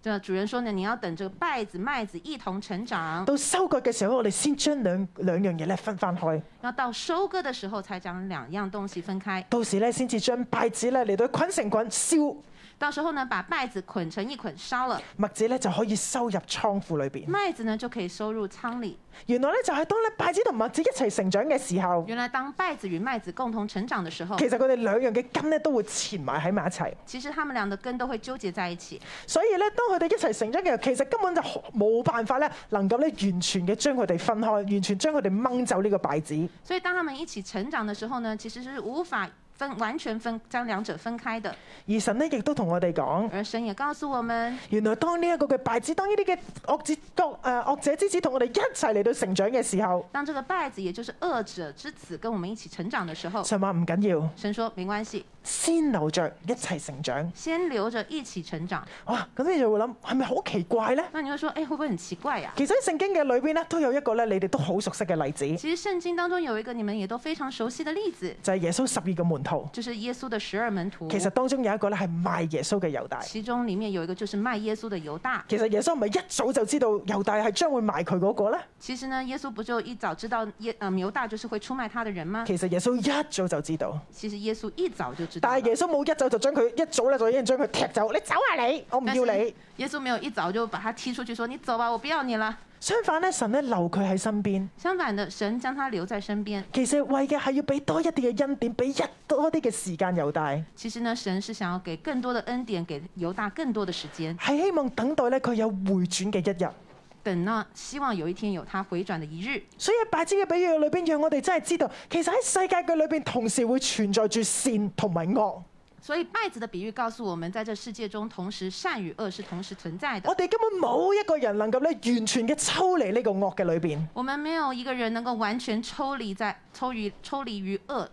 這主人說呢，你要等這個稗子、麥子一同成長，到收割嘅時候，我哋先將兩兩樣嘢咧分翻開，要到收割的時候才將兩樣東西分開。到時咧先至將稗子咧嚟到捆成捆燒，到時候呢，把稗子捆成一捆燒了，麥子咧就可以收入倉庫裏邊。麥子呢就可以收入倉裡。原來咧就係當咧稗子同麥子一齊成長嘅時候，原來當稗子與麥子共同成長的時候，其實佢哋兩樣嘅根咧都會纏埋喺埋一齊，其實它們倆的根都會糾結在一起。所以咧當佢哋一齊成長嘅時候，其實根本就冇辦法咧能夠咧完全嘅將佢哋分開，完全將佢哋掹走呢個稗子。所以當他們一起成長的時候呢，其實是無法分完全分將兩者分開的。而神咧亦都同我哋講。而神也告訴我們，原來當呢一個嘅稗子，當呢啲嘅惡子惡誒惡呃者之子同我哋一齊嚟到成長嘅時候，當這個稗子，也就是惡者之子，跟我們一起成長的時候，神話唔緊要，神說沒關係，先留着一齊成長。先留着一起成長。哇！咁你就會諗係咪好奇怪呢？那你會說，哎，會不會很奇怪呀、其實喺聖經嘅裏邊咧，都有一個咧，你哋都好熟悉嘅例子，其實聖經當中有一個你們也都非常熟悉的例子，就係、耶穌十二個門徒。就是耶穌的十二門徒。其實當中有一個咧係賣耶穌嘅猶大。其中裡面有一個就是賣耶穌的猶大。其實耶穌唔係一早就知道猶大係將會賣佢嗰個咧，其實呢，耶穌不就一早知道耶嗯猶大就是會出賣他的人嗎？其實耶穌一早就知道，其實耶穌一早就知道但了。係耶穌冇一早就將佢一早咧就已經將佢踢走，你走啊你，我唔但要是你。耶穌沒有一早就把他踢出去，說：“你走吧，我不要你了。相反咧，神咧留佢喺身邊。”相反的，神將他留在身邊。其實為嘅係要俾多一啲嘅恩典，俾一多啲嘅時間猶大，其實呢，神是想要給更多的恩典，給猶大更多的時間，係希望等待咧佢有回轉嘅一日。等呢，希望有一天有他回轉的一日。所以喺拜子嘅比喻裏邊，讓我哋真係知道，其實喺世界嘅裏邊，同時會存在住善同埋惡。所以稗子的比喻告訴我們，在這世界中，同時善與惡是同時存在的我。哋根本冇一個人能夠咧完全嘅抽離呢個惡嘅裏邊。我們沒有一個人能夠完全抽離在抽離抽離於惡，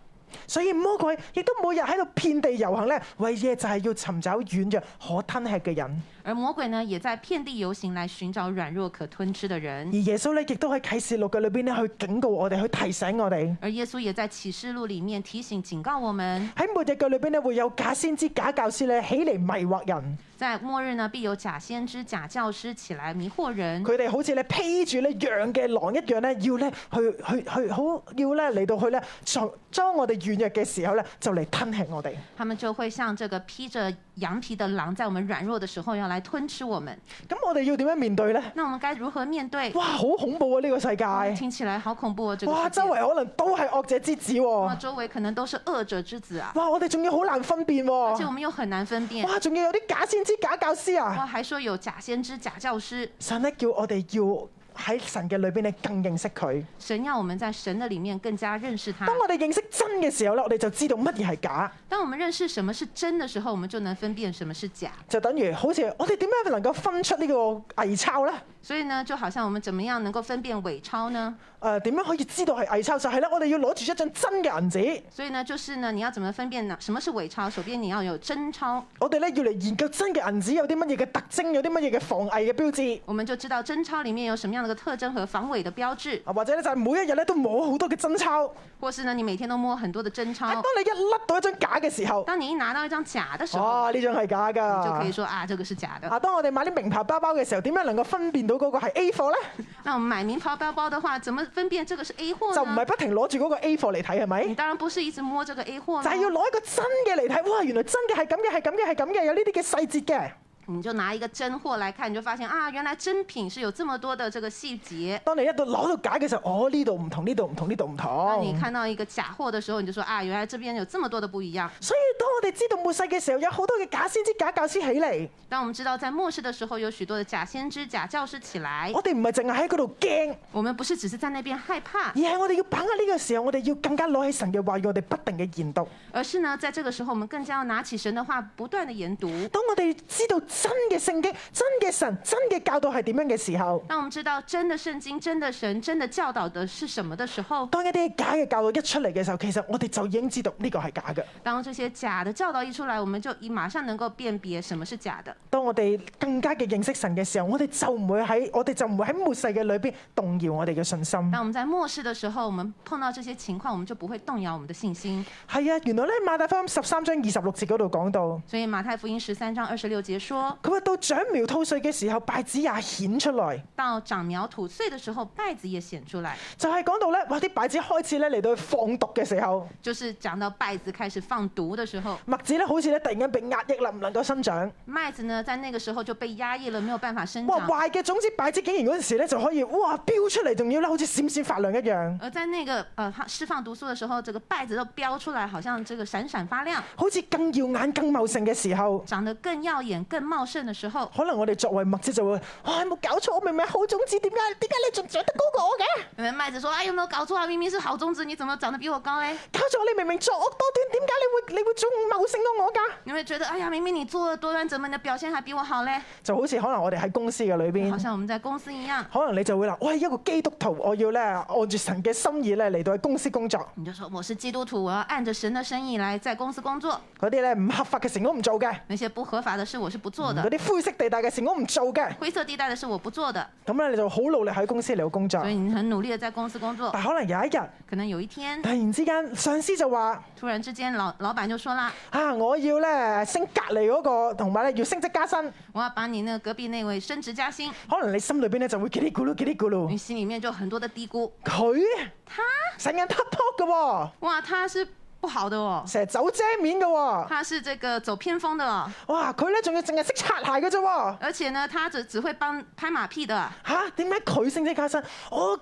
所以魔鬼亦都每日喺度遍地遊行咧，為嘅就係要尋找軟弱可吞吃嘅人。而魔鬼呢，也在遍地遊行來尋找軟弱可吞吃的人而。耶穌咧亦都喺啟示錄嘅裏邊咧去警告我哋，去提醒我哋。而耶穌也在啟示錄裡面提醒、警告我們，喺末日嘅裏邊咧，會有假先知、假教師咧起嚟迷惑人。在末日呢，必有假先知、假教師起來迷惑人，佢哋好似咧披住咧羊嘅狼一樣咧，要咧去去去好要咧嚟到去咧，就當我哋軟弱嘅時候咧，就嚟吞吃我哋。他們就會像這個披着羊皮的狼，在我們軟弱的時候要來吞吃我們。咁我哋要點樣面對咧？那我們該如何面對？哇，好恐怖啊！呢、個世界，聽起來好恐怖哦，這個哇，世界周圍可能都係惡者之子喎、哇周圍可能都是惡者之子啊，哇，我哋仲要好難分辨喎、而且我們又很難分辨。哦哇，仲要有啲假先知、假教師啊！哇，還說有假先知、假教師，神咧叫我哋要喺神嘅裏邊咧更認識佢。神要我們在神的裡面更加認識他。當我哋認識真嘅時候咧，我哋就知道乜嘢係假，當我們認識什麼是真的時候，我們就能分辨什麼是假。就等於好似我哋點樣能夠分出呢個偽鈔呢？所以呢，就好像我們怎麼樣能夠分辨偽鈔呢？誒、呃點樣可以知道係偽鈔？就係、咧，我哋要攞住一張真嘅銀紙，所以呢，就是呢，你要怎麼分辨呢？什麼是偽鈔？首先你要有真鈔，我哋咧要嚟研究真嘅銀紙有啲乜嘢嘅特徵，有啲乜嘢嘅防偽嘅標誌。我們就知道真鈔裡面有什麼樣的一個特徵和防偽的標誌，啊，或者咧就係每一日咧都摸好多嘅真鈔，或是呢，你每天都摸很多的真喺當鈔，你一甩到一張假嘅時候，當你一拿到一張假的時候，啊哇！呢張係假你就可㗎。以說啊，這個是假的。啊，當我哋買啲名牌包包嘅時候，點樣能夠分辨到嗰個係 A 貨呢？那我們買名牌包包的話，怎麼分辨這個是 A 就貨唔呢？係不停攞住嗰個 A 貨嚟睇係咪？你當然不是一直摸這個 A 貨就係要咯，攞一個真嘅嚟睇，哇！原來真嘅係咁嘅，係咁嘅，係咁嘅，有呢啲嘅細節嘅。你就拿一個真貨來看，你就發現啊，原來真品是有這麼多的這個細節。當你一到攞到假嘅時候，哦，呢度唔同，呢度唔同，呢度唔當你同。看到一個假貨的時候，你就說啊，原來這邊有這麼多的不一樣。所以當我哋知道末世嘅時候，有好多嘅假先知、假教師起嚟，當我們知道在末世的時候，有許多的假先知、假教師起來，我哋唔係淨係喺嗰度驚，我們不是只是在那邊害怕而，係我哋要把握呢個時候，我哋要更加攞起神嘅話語，我哋不定嘅研讀。而是呢，在這個時候，我們更加要拿起神的話，不斷的研讀。當我哋知道真嘅聖經、真嘅神、真嘅教導係點樣嘅時候，當我們知道真的聖經、真的神、真的教導的是什麼的時候，當一啲假嘅教導一出嚟嘅時候，其實我哋就已經知道呢個係假嘅。當這些假的教導一出來，我們就已馬上能夠辨別什麼是假的。當我哋更加嘅認識神嘅時候，我哋就唔會喺我哋就唔會喺末世嘅裏邊動搖我哋嘅信心。當我們在末世的時候，我們碰到這些情況，我們就不會動搖我們的信心。係啊，原來咧馬太福音十三章二十六節嗰度講到，所以馬太福音十三章二十六節說佢話到長苗吐穗嘅時候，稗子也顯出來，到長苗吐穗的時候，稗子也顯出來，就係、講到咧，哇啲稗子開始咧嚟到放毒嘅時候，就是講到稗子開始放毒的時候，麥子咧好似咧突然間被壓抑啦，唔能夠生長。麥子呢在那個時候就被壓抑了，沒有辦法生哇長。壞嘅種子稗子竟然嗰陣時咧就可以哇飆出嚟，仲要咧好似閃閃發亮一樣，而在那個呃它釋放毒素的時候，這個稗子都飆出來，好像這個閃閃發亮，好似更耀眼、更茂盛嘅時候。長得更耀眼、更茂盛的時候，可能我哋作為麥子就會，哇！有冇搞錯？我明明係好種子，點解點解你仲長得高過我嘅？有人麥子說：哎，有沒有搞錯啊？明明是好種子，你怎麼長得比我高嘞？搞錯！你明明作惡多端，點解你會你會仲茂盛過我㗎？你會覺得，哎呀，明明你作惡多端，怎麼你的表現還比我好嘞？就好似可能我哋喺公司嘅裏好邊，像我們在公司一樣，可能你就會啦，我係一個基督徒，我要咧按住神嘅心意咧嚟到喺公司工作。你就說我是基督徒，我要按着神的生意來在公司工作，嗰啲咧唔合法嘅事我唔做嘅，那些不合法的事我是不做嗰的，啲灰色地帶嘅事我唔做嘅。灰色地帶的事我不做的。咁咧你就好努力喺公司嚟到工作所。以你很努力的在公司工作，但可能有一日，可能有一天突然之間上司就話：突然之間老老闆就說啦，啊，我要咧升隔離嗰個，同埋咧要升職加薪。我要把你那個隔壁那位升職加薪，可能你心裏邊咧就會叽哩咕嚕叽哩咕嚕你。心裡面就很多的低估，佢他成日突突嘅喎，哇他是不好的哦，成日走遮面嘅喎，他是這個走偏鋒的哦，哇！佢咧仲要淨係識擦鞋嘅啫喎，而且呢他只只會幫拍馬屁的，嚇點解佢升職加薪？我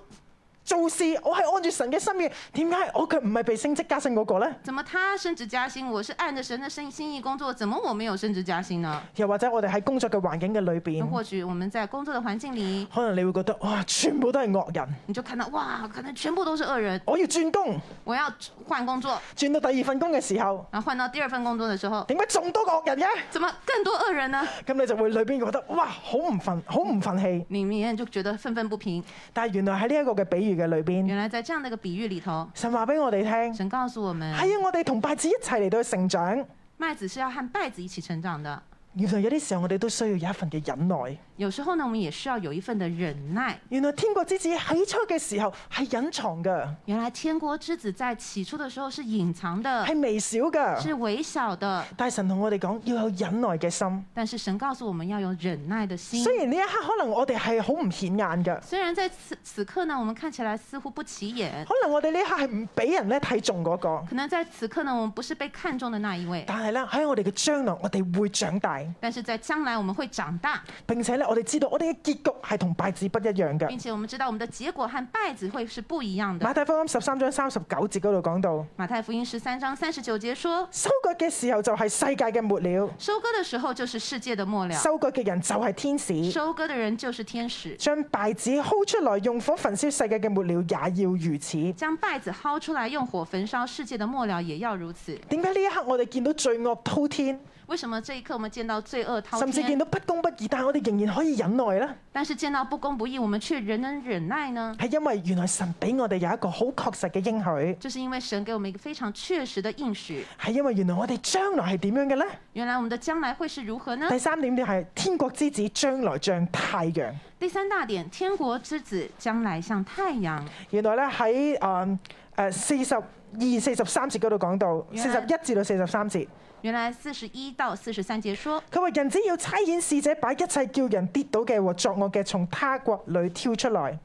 做事我係按住神嘅心意，點解我卻唔係被升職加薪嗰個咧？怎麼他升職加薪，我是按着神的生心意工作，怎麼我沒有升職加薪呢？又或者我哋喺工作嘅環境嘅裏那邊，或許我們在工作的環境裡，可能你會覺得哇，全部都係惡人，你就看到哇，可能全部都是惡人，我要轉工，我要換工作，轉到第二份工嘅時候，然後換到第二份工作的時候，點解仲多個惡人嘅？怎麼更多惡人呢？咁你就會裏邊覺得哇，好唔憤，好唔憤氣。裡面就覺得憤憤不平。但係原來喺呢一個嘅比喻嘅裏邊，原來在這樣的一個比喻裡頭，神話俾我哋聽。神告訴我們，係啊，我哋同拜子一齊嚟到去成長。麥子是要和稗子一起成長的。原來有啲時候我哋都需要有一份嘅忍耐。有時候呢，我們也需要有一份的忍耐。原來天國之子起初嘅時候係隱藏嘅，原來天國之子在起初的時候是隱藏的，係微小嘅。啊是微小的，但係神同我哋講要有忍耐嘅心。但是神告訴我們要有忍耐的心。雖然呢一刻可能我哋係好唔顯眼嘅，雖然在此此刻呢，我們看起來似乎不起眼，可能我哋呢一刻係唔俾人咧睇中嗰個，可能在此刻呢，我們不是被看中的那一位，但係咧喺我哋嘅將來，我哋會長大。嚟，但是在将来我们会长大，並且咧我哋知道我哋嘅結局係同稗子不一樣嘅并。且我们知道我们的结果和稗子會是不一馬樣的。太福音十三章三十九節嗰度講到，馬太福音十三章三十九節說：收割嘅時候就係世界嘅末了，收割的時候就是世界的末了，收割嘅人就係天使。收割的人就是天使。將稗子薅出來，用火焚燒世界嘅末了也要如此。將稗子薅出來，用火焚燒世界的末了也要如此。點解呢一刻我哋見到罪惡滔天，為什麼這一刻我們見到罪惡滔甚至見天，到不公不義，但係我哋仍然可以忍耐呢？但是見到不公不義，我們卻仍能忍耐呢？係因為原來神俾我哋有一個好確實嘅應許，就是因為神給我們一個非常確實的應許。係因為原來我哋將來係點樣嘅呢？原來我們的將來會是如何呢第？三點就係天國之子將來像太陽。第三大點，天國之子將來像太陽。原來咧喺誒誒四十二、四十三節嗰度講到，四原十來一至到四十三節，原來四十一到四十三節說，佢話人子要差遣使者，把一切叫人跌倒嘅和作惡嘅，從他國裏挑出來。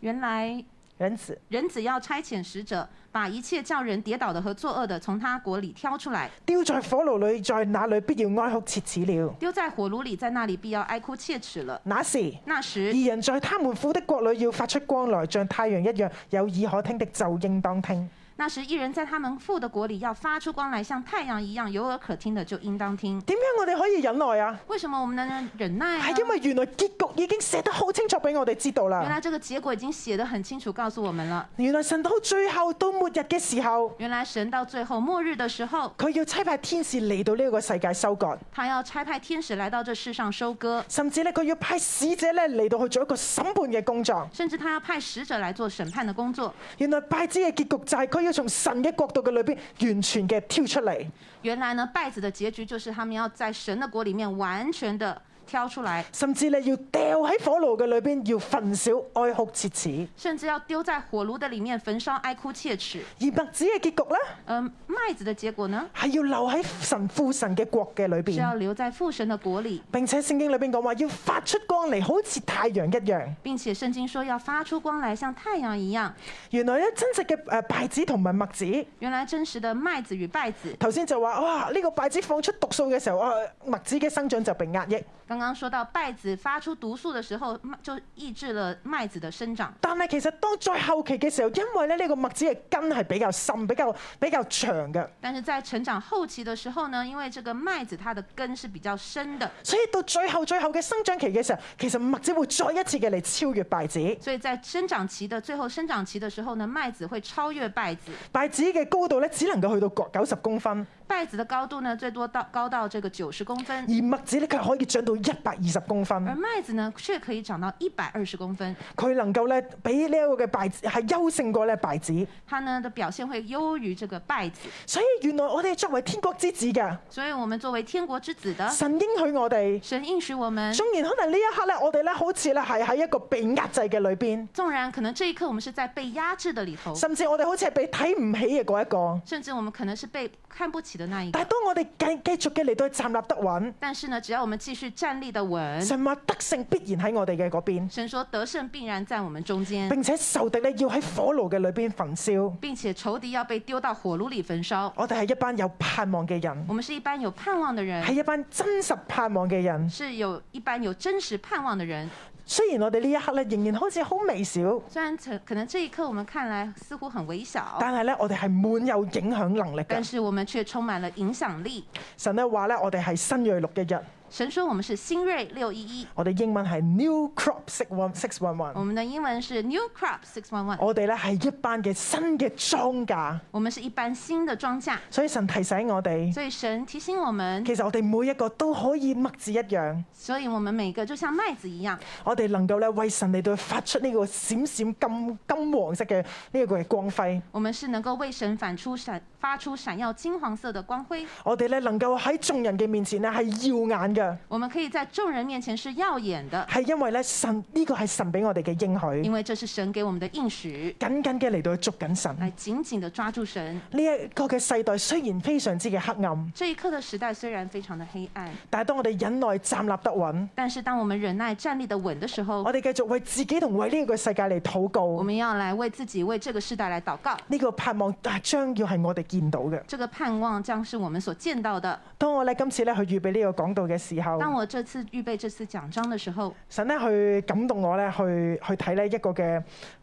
原來人子人只要差遣使者，把一切叫人跌倒的和作惡的從他國裡挑出來，丟在火爐裏，在那裏必要哀哭切齒了。丟在火爐裡，在那裡必要哀哭切齒了。那時那時二人在他們父的國裏要發出光來，像太陽一樣，有耳可聽的就應當聽。那时一人在他们父的国里要发出光来，像太阳一样，有耳可听的就应当听。點解我哋可以忍耐啊？为什么我们能忍耐呢係因為原來結局已經寫得好清楚俾我哋知道啊原啦。来这个结果已经写得很清楚，告诉我们了。原來神到最後到末日嘅時候，原来神到最后末日的时候，佢要差派天使嚟到呢個世界收割，他要差派天使来到这世上收割，甚至咧佢要派使者咧嚟到去做一個審判嘅工作。甚至他要派使者来做審判的工作。原來拜子嘅結局就係佢要從神嘅角度嘅裏邊完全嘅挑出嚟。原来呢，稗子的结局就是他们要在神的国里面完全的挑出来，甚至咧要掉喺火爐嘅裏邊，要焚燒哀哭切齒。甚至要丢在火炉的里面焚烧，哀哭切齿。而麥子嘅結局咧，嗯、麦子的结果呢，係要留喺神父神嘅國嘅裏是啊要邊。留在父神的國里。並且聖經裏邊講話要發出光嚟，好似太陽一樣。并且圣经说要發出光來，像太陽一樣。原來咧真實嘅誒稗子同埋麥子，原來真實的麥子與稗子，頭先就話哇呢、個稗子放出毒素嘅時候，啊麥子嘅生長就被壓抑。剛剛說到稗子發出毒素的時候，麥就抑制了麥子的生長。但係其實當再後期嘅時候，因為咧呢、呢個麥子嘅根係比較深、比較比較長嘅，但是在成長後期的時候呢，因為這個麥子它的根是比較深的，所以到最後最後嘅生長期嘅時候，其實麥子會再一次嘅嚟超越稗子。所以在生長期的最後生長期的時候呢，麥子會超越稗子。稗子嘅高度咧只能夠去到九十公分，稗子的高度呢，最多到高到這個九十公分而，麥子咧佢可以長到一百二十公而分，麥子呢卻可以長到一百二十公分，佢能夠咧比呢一個嘅稗子係優勝過咧稗子。它呢的表現會優於這個稗子。所以原來我哋作為天國之子嘅，所以我們作為天國之子的，神應許我哋。神應許我們。縱然可能呢一刻咧，我哋咧好似咧係喺一個被壓制嘅裏邊，纵然可能这一刻我们是在被压制的里头，甚至我哋好似係被睇唔起嘅嗰一個。甚至我们可能是被看不起的那一但个。係當我哋繼繼續嘅嚟到去站立得穩，但是呢，只要我们继续站立的稳，神話得勝必然喺我哋嘅嗰邊。神说得胜必然在我们中间，並且仇敵咧要喺火爐嘅裏邊焚燒。并且仇敌要被丢到火炉里焚烧。我哋係一班有盼望嘅人，我们是一班有盼望的係人，一班真實盼望嘅人。是有一班有真实盼望的人。雖然我哋呢一刻咧仍然好似好微小，虽然可可能这一刻我们看来似乎很微小，但係咧我哋係滿有影響能力但嘅。是我们却充满了影响力。神咧話咧，我哋係新锐六一日，神说我们是新锐六一一，我哋英文係 New Crop Six One Six One One。我们的英文是 New Crop Six One One，我哋咧係一班嘅新嘅莊稼，我们是一班新的庄稼。所以神提醒我哋，所以神提醒我们，其實我哋每一個都可以麥子一樣，所以我們每個就像麥子一樣，我哋能夠咧為神嚟到發出呢個閃閃金金黃色嘅呢一個嘅光輝，我們是能夠為神反出閃發出閃耀金黃色的光輝，我哋咧能夠喺眾人嘅面前咧係耀眼嘅，我們可以在眾人面前是耀眼的，係因為咧神呢、個係神俾我哋嘅應許因，為這是神給我們的應許，緊緊嘅嚟到去捉緊神。來緊緊的抓住神。呢一個嘅世代雖然非常之嘅黑暗，這一刻的時代雖然非常的黑暗，但係當我哋忍耐站立得穩，但是當我們忍耐站立得穩的時候我，哋繼續為自己同為呢個世界嚟禱我告，們要來為自己、為這個世代來禱告。呢、個盼望啊將要係我哋見到嘅。這個盼望將是我們所見到的。當我咧今次咧去預備呢個講道嘅時候，当我这次预备这次奖章的时候，神咧去感動我咧，去去睇呢一個嘅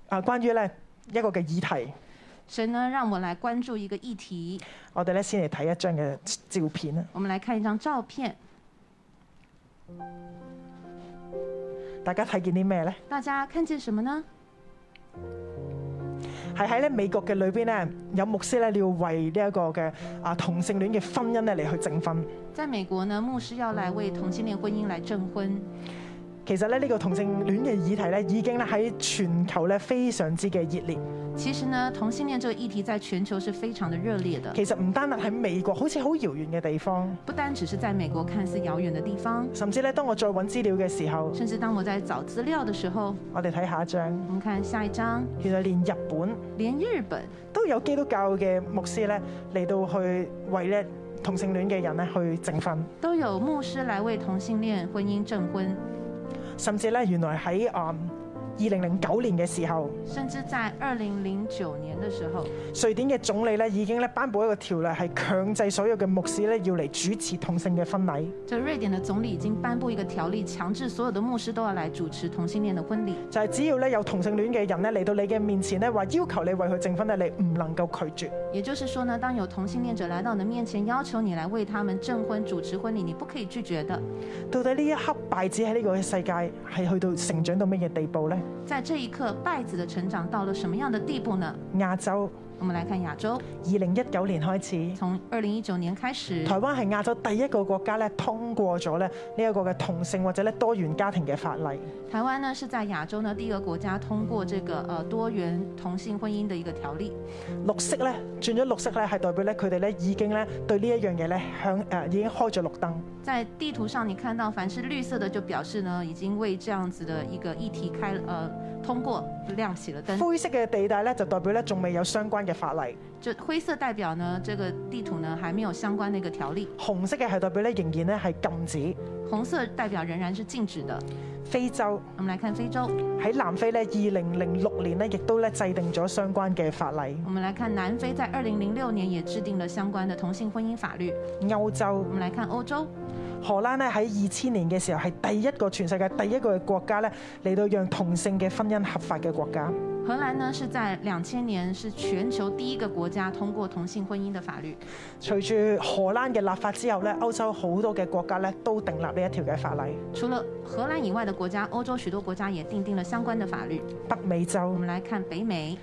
啊，關於咧一個嘅議題，神呢让我来关注一个议题。我哋咧先嚟睇一張嘅照片啊！我们来看一张照片，大家睇見啲咩咧？大家看见什么呢？係喺咧美國嘅裏邊咧，有牧師咧你要為呢一個嘅啊同性戀嘅婚姻咧嚟去證婚。在美国呢，牧师要来为同性恋婚姻来证婚。其實咧呢、呢個同性戀嘅議題咧已經咧喺全球咧非常之嘅熱烈。其实呢，同性恋这个议题在全球是非常的热烈的，其實唔單單喺美國，好似好遙遠嘅地方，不单只是在美国看似遥远的地方，甚至咧當我再揾資料嘅時候，甚至当我在找资料的时候，我哋睇下一張，我们看下一张，原來連日本连日本都有基督教嘅牧師咧嚟到去為咧同性戀嘅人咧去證婚，都有牧师来为同性恋婚姻证婚，甚至咧原來喺啊二零零九年嘅時候，甚至在二零零九年的时候，瑞典嘅總理咧已經咧頒布一個條例，係強制所有嘅牧師咧要嚟主持同性嘅婚禮，这瑞典的总理已经颁布一个条例，强制所有的牧师都要来主持同性恋的婚礼。就係、只要咧有同性戀嘅人咧嚟到你嘅面前咧話要求你為佢證婚咧，你唔能夠拒絕。也就是说呢，当有同性恋者来到你的面前，要求你来为他们证婚、主持婚礼，你不可以拒绝的。到底呢一刻敗子喺呢個世界係去到成長到乜嘢地步呢？在这一刻，败子的成长到了什么样的地步呢？亞洲我们来看亚洲，二零一九年開始。从二零一九年开始台，灣係亞洲第一個國家咧，通過咗咧呢一個嘅同性或者咧多元家庭嘅法例。台湾呢是在亚洲呢第一个国家通过这个呃多元同性婚姻的一个条例。綠色咧轉咗綠色咧，係代表咧佢哋咧已經咧對呢一樣嘢咧向誒、呃已經開咗綠燈。在地图上，你看到凡是绿色的，就表示呢已经为这样子的一个议题开了呃通过亮起了灯。灰色嘅地帶咧就代表咧仲未有相關嘅法例。这灰色代表呢这个地图呢还没有相关的一个条例，紅色嘅係代表咧仍然咧係禁止。红色代表仍然是禁止的。非洲我们来看非洲，喺南非咧，二零零六年咧亦都咧制定咗相關嘅法例。我们来看南非，在二零零六年也制定了相关的同性婚姻法律。歐洲我们来看欧洲，荷蘭咧喺二千年嘅時候係第一個全世界第一個嘅國家咧嚟到讓同性嘅婚姻合法嘅國家。荷兰呢是在两千年是全球第一个国家通过同性婚姻的法律。隨住荷蘭嘅立法之後咧，歐洲好多嘅國家咧都訂立呢一條嘅法例。除了荷兰以外的国家，欧洲许多国家也订定了相关的法律。北美我洲们来看北美，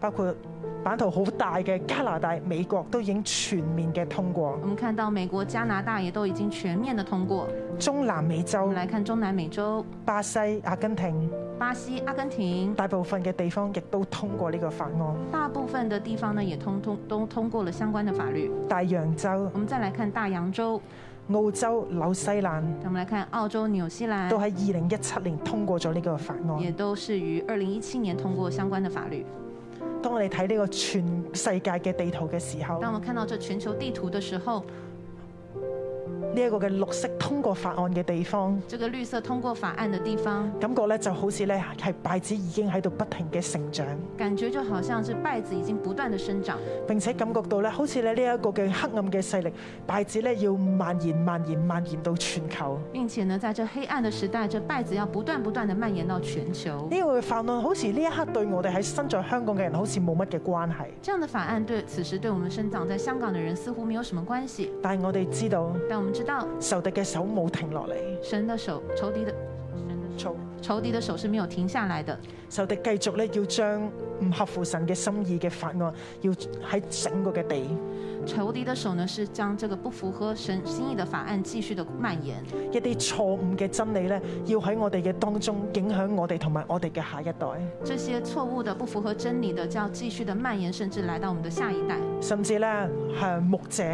包括版圖好大嘅加拿大、美國都已經全面嘅通過。我们看到美国、加拿大也都已经全面的通过。中南美我洲们、来看中南美洲，巴西、阿根廷巴西、阿根廷，大部分嘅地方亦都通過呢個法案。大部分的地方呢也通通都通过了相关的法律。大洋洲、我们再来看大洋洲，澳洲、紐西蘭我们来看澳洲、纽西兰都，喺二零一七年通過咗呢個法也案。都是于二零一七年通过相关的法律。當我哋睇呢個全世界嘅地圖嘅時候，当我们看到这全球地圖的时候，呢一個嘅綠色通過法案嘅地方。这个绿色通过法案的地方，感覺咧就好似咧係敗子已經喺度不停嘅成長，感觉就好像是稗子已经不断的生长，並且感覺到咧好似咧呢一個嘅黑暗嘅勢力，敗子咧要蔓延、蔓延、蔓延到全球。并且呢，在这黑暗的时代，这稗子要不断不断的蔓延到全球。呢個嘅法案好似呢一刻對我哋喺身在香港嘅人好似冇乜嘅關係，这样的法案对此时对我们生长在香港的人似乎没有什么关系，但係我哋知道但我们知道仇敵嘅手冇停落嚟，神的手，仇敌的仇仇敌的手是没有停下来的。仇敵繼續咧要將唔合乎神嘅心意嘅法案，要喺整個嘅地，仇敌的手呢，是将这个不符合神心意的法案继续的蔓延，一啲錯誤嘅真理咧，要喺我哋嘅當中影響我哋同埋我哋嘅下一代。这些错误的、不符合真理的，就要继续的蔓延，甚至来到我们的下一代。甚至咧係牧者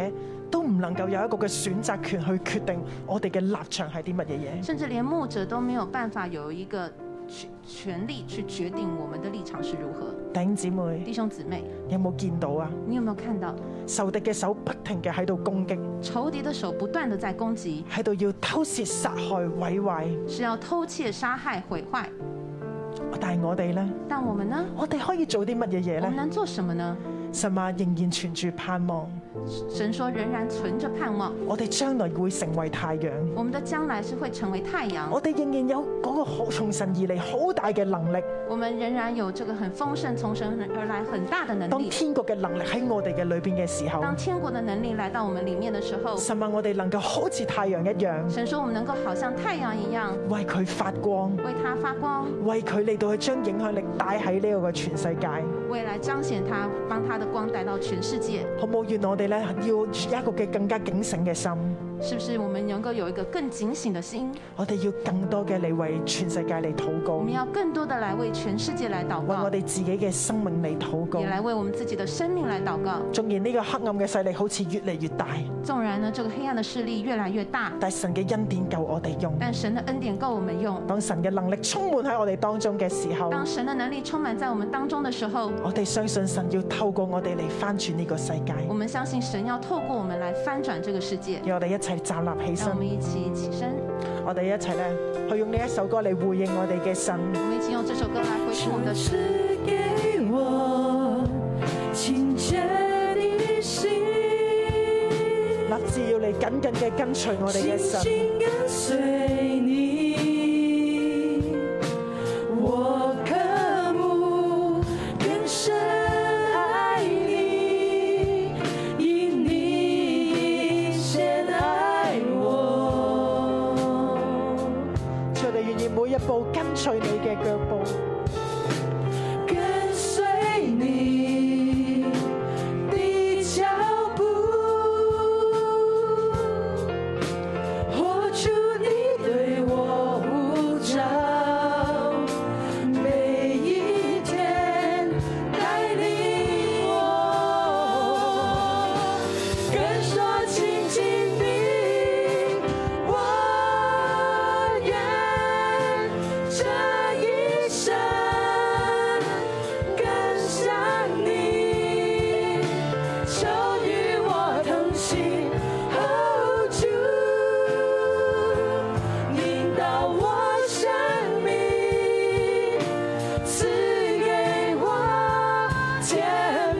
都唔能夠有一個嘅選擇權去決定我哋嘅立場係啲乜嘢嘢。甚至连牧者都没有办法有一个权权利去决定我们的立场是如何。弟兄姊妹弟兄姊妹，有冇見到啊？你有没有看到仇敵嘅手不停嘅喺度攻擊，仇敌的手不断的在攻击，喺度要偷竊、殺害、毀壞。是要偷窃、杀害、毁坏？但係我哋呢，但我们呢？我哋可以做啲乜嘢嘢我们呢？能做什么呢？神話仍然存住盼望，神说仍然存着盼望，我哋將來會成為太陽，我们的将来是会成为太阳，我哋仍然有嗰個好從神而嚟好大嘅能力。我们仍然有这个很豐盛从神而来很大的能當力。天國嘅能力喺我哋嘅裏邊嘅時候，当天国的能力来到我们里面的时候，神話我哋能夠好似太陽一樣，神说我们能够好像太阳一样為佢發光，为它发光，為佢嚟到去將影響力帶喺呢個嘅全世界，未来彰显它，帮它的光带到全世界。好冇？願我哋咧要有一個嘅更加警醒嘅心，是不是我们能够有一个更警醒的心？我哋要更多嘅嚟為全世界嚟禱我告，们為要更多的来为全世界来祷告我，哋自己嘅生命嚟禱告也。来为我们自己的生命来祷告。縱然呢個黑暗嘅勢力好似越嚟越大，纵然呢这个黑暗的势力越来越大，但神嘅恩典夠我哋用。但神的恩典够我们用。當神嘅能力充滿喺我哋當中嘅時候，当神的能力充满在我们当中的时候，我哋相信神要透過我哋嚟翻轉呢個世界。我们相信神要透过我们来翻转这个世界。讓我哋一齊站立起让我身们，一起起身，我哋一齊咧去用呢一首歌嚟回應我哋嘅神。我们一起用这首歌来回应我们的神。是给我清澈的心，立志要嚟緊緊嘅跟隨我哋嘅紧神，紧跟随你。我渴慕更深爱你，因你先爱我。我哋願意每一步跟隨你嘅腳步，跟随你的脚步，活出你对我呼召，每一天带领我，更说亲近你，我愿这一生。更想你，求与我同行。哦，主，引导我生命，赐给我甜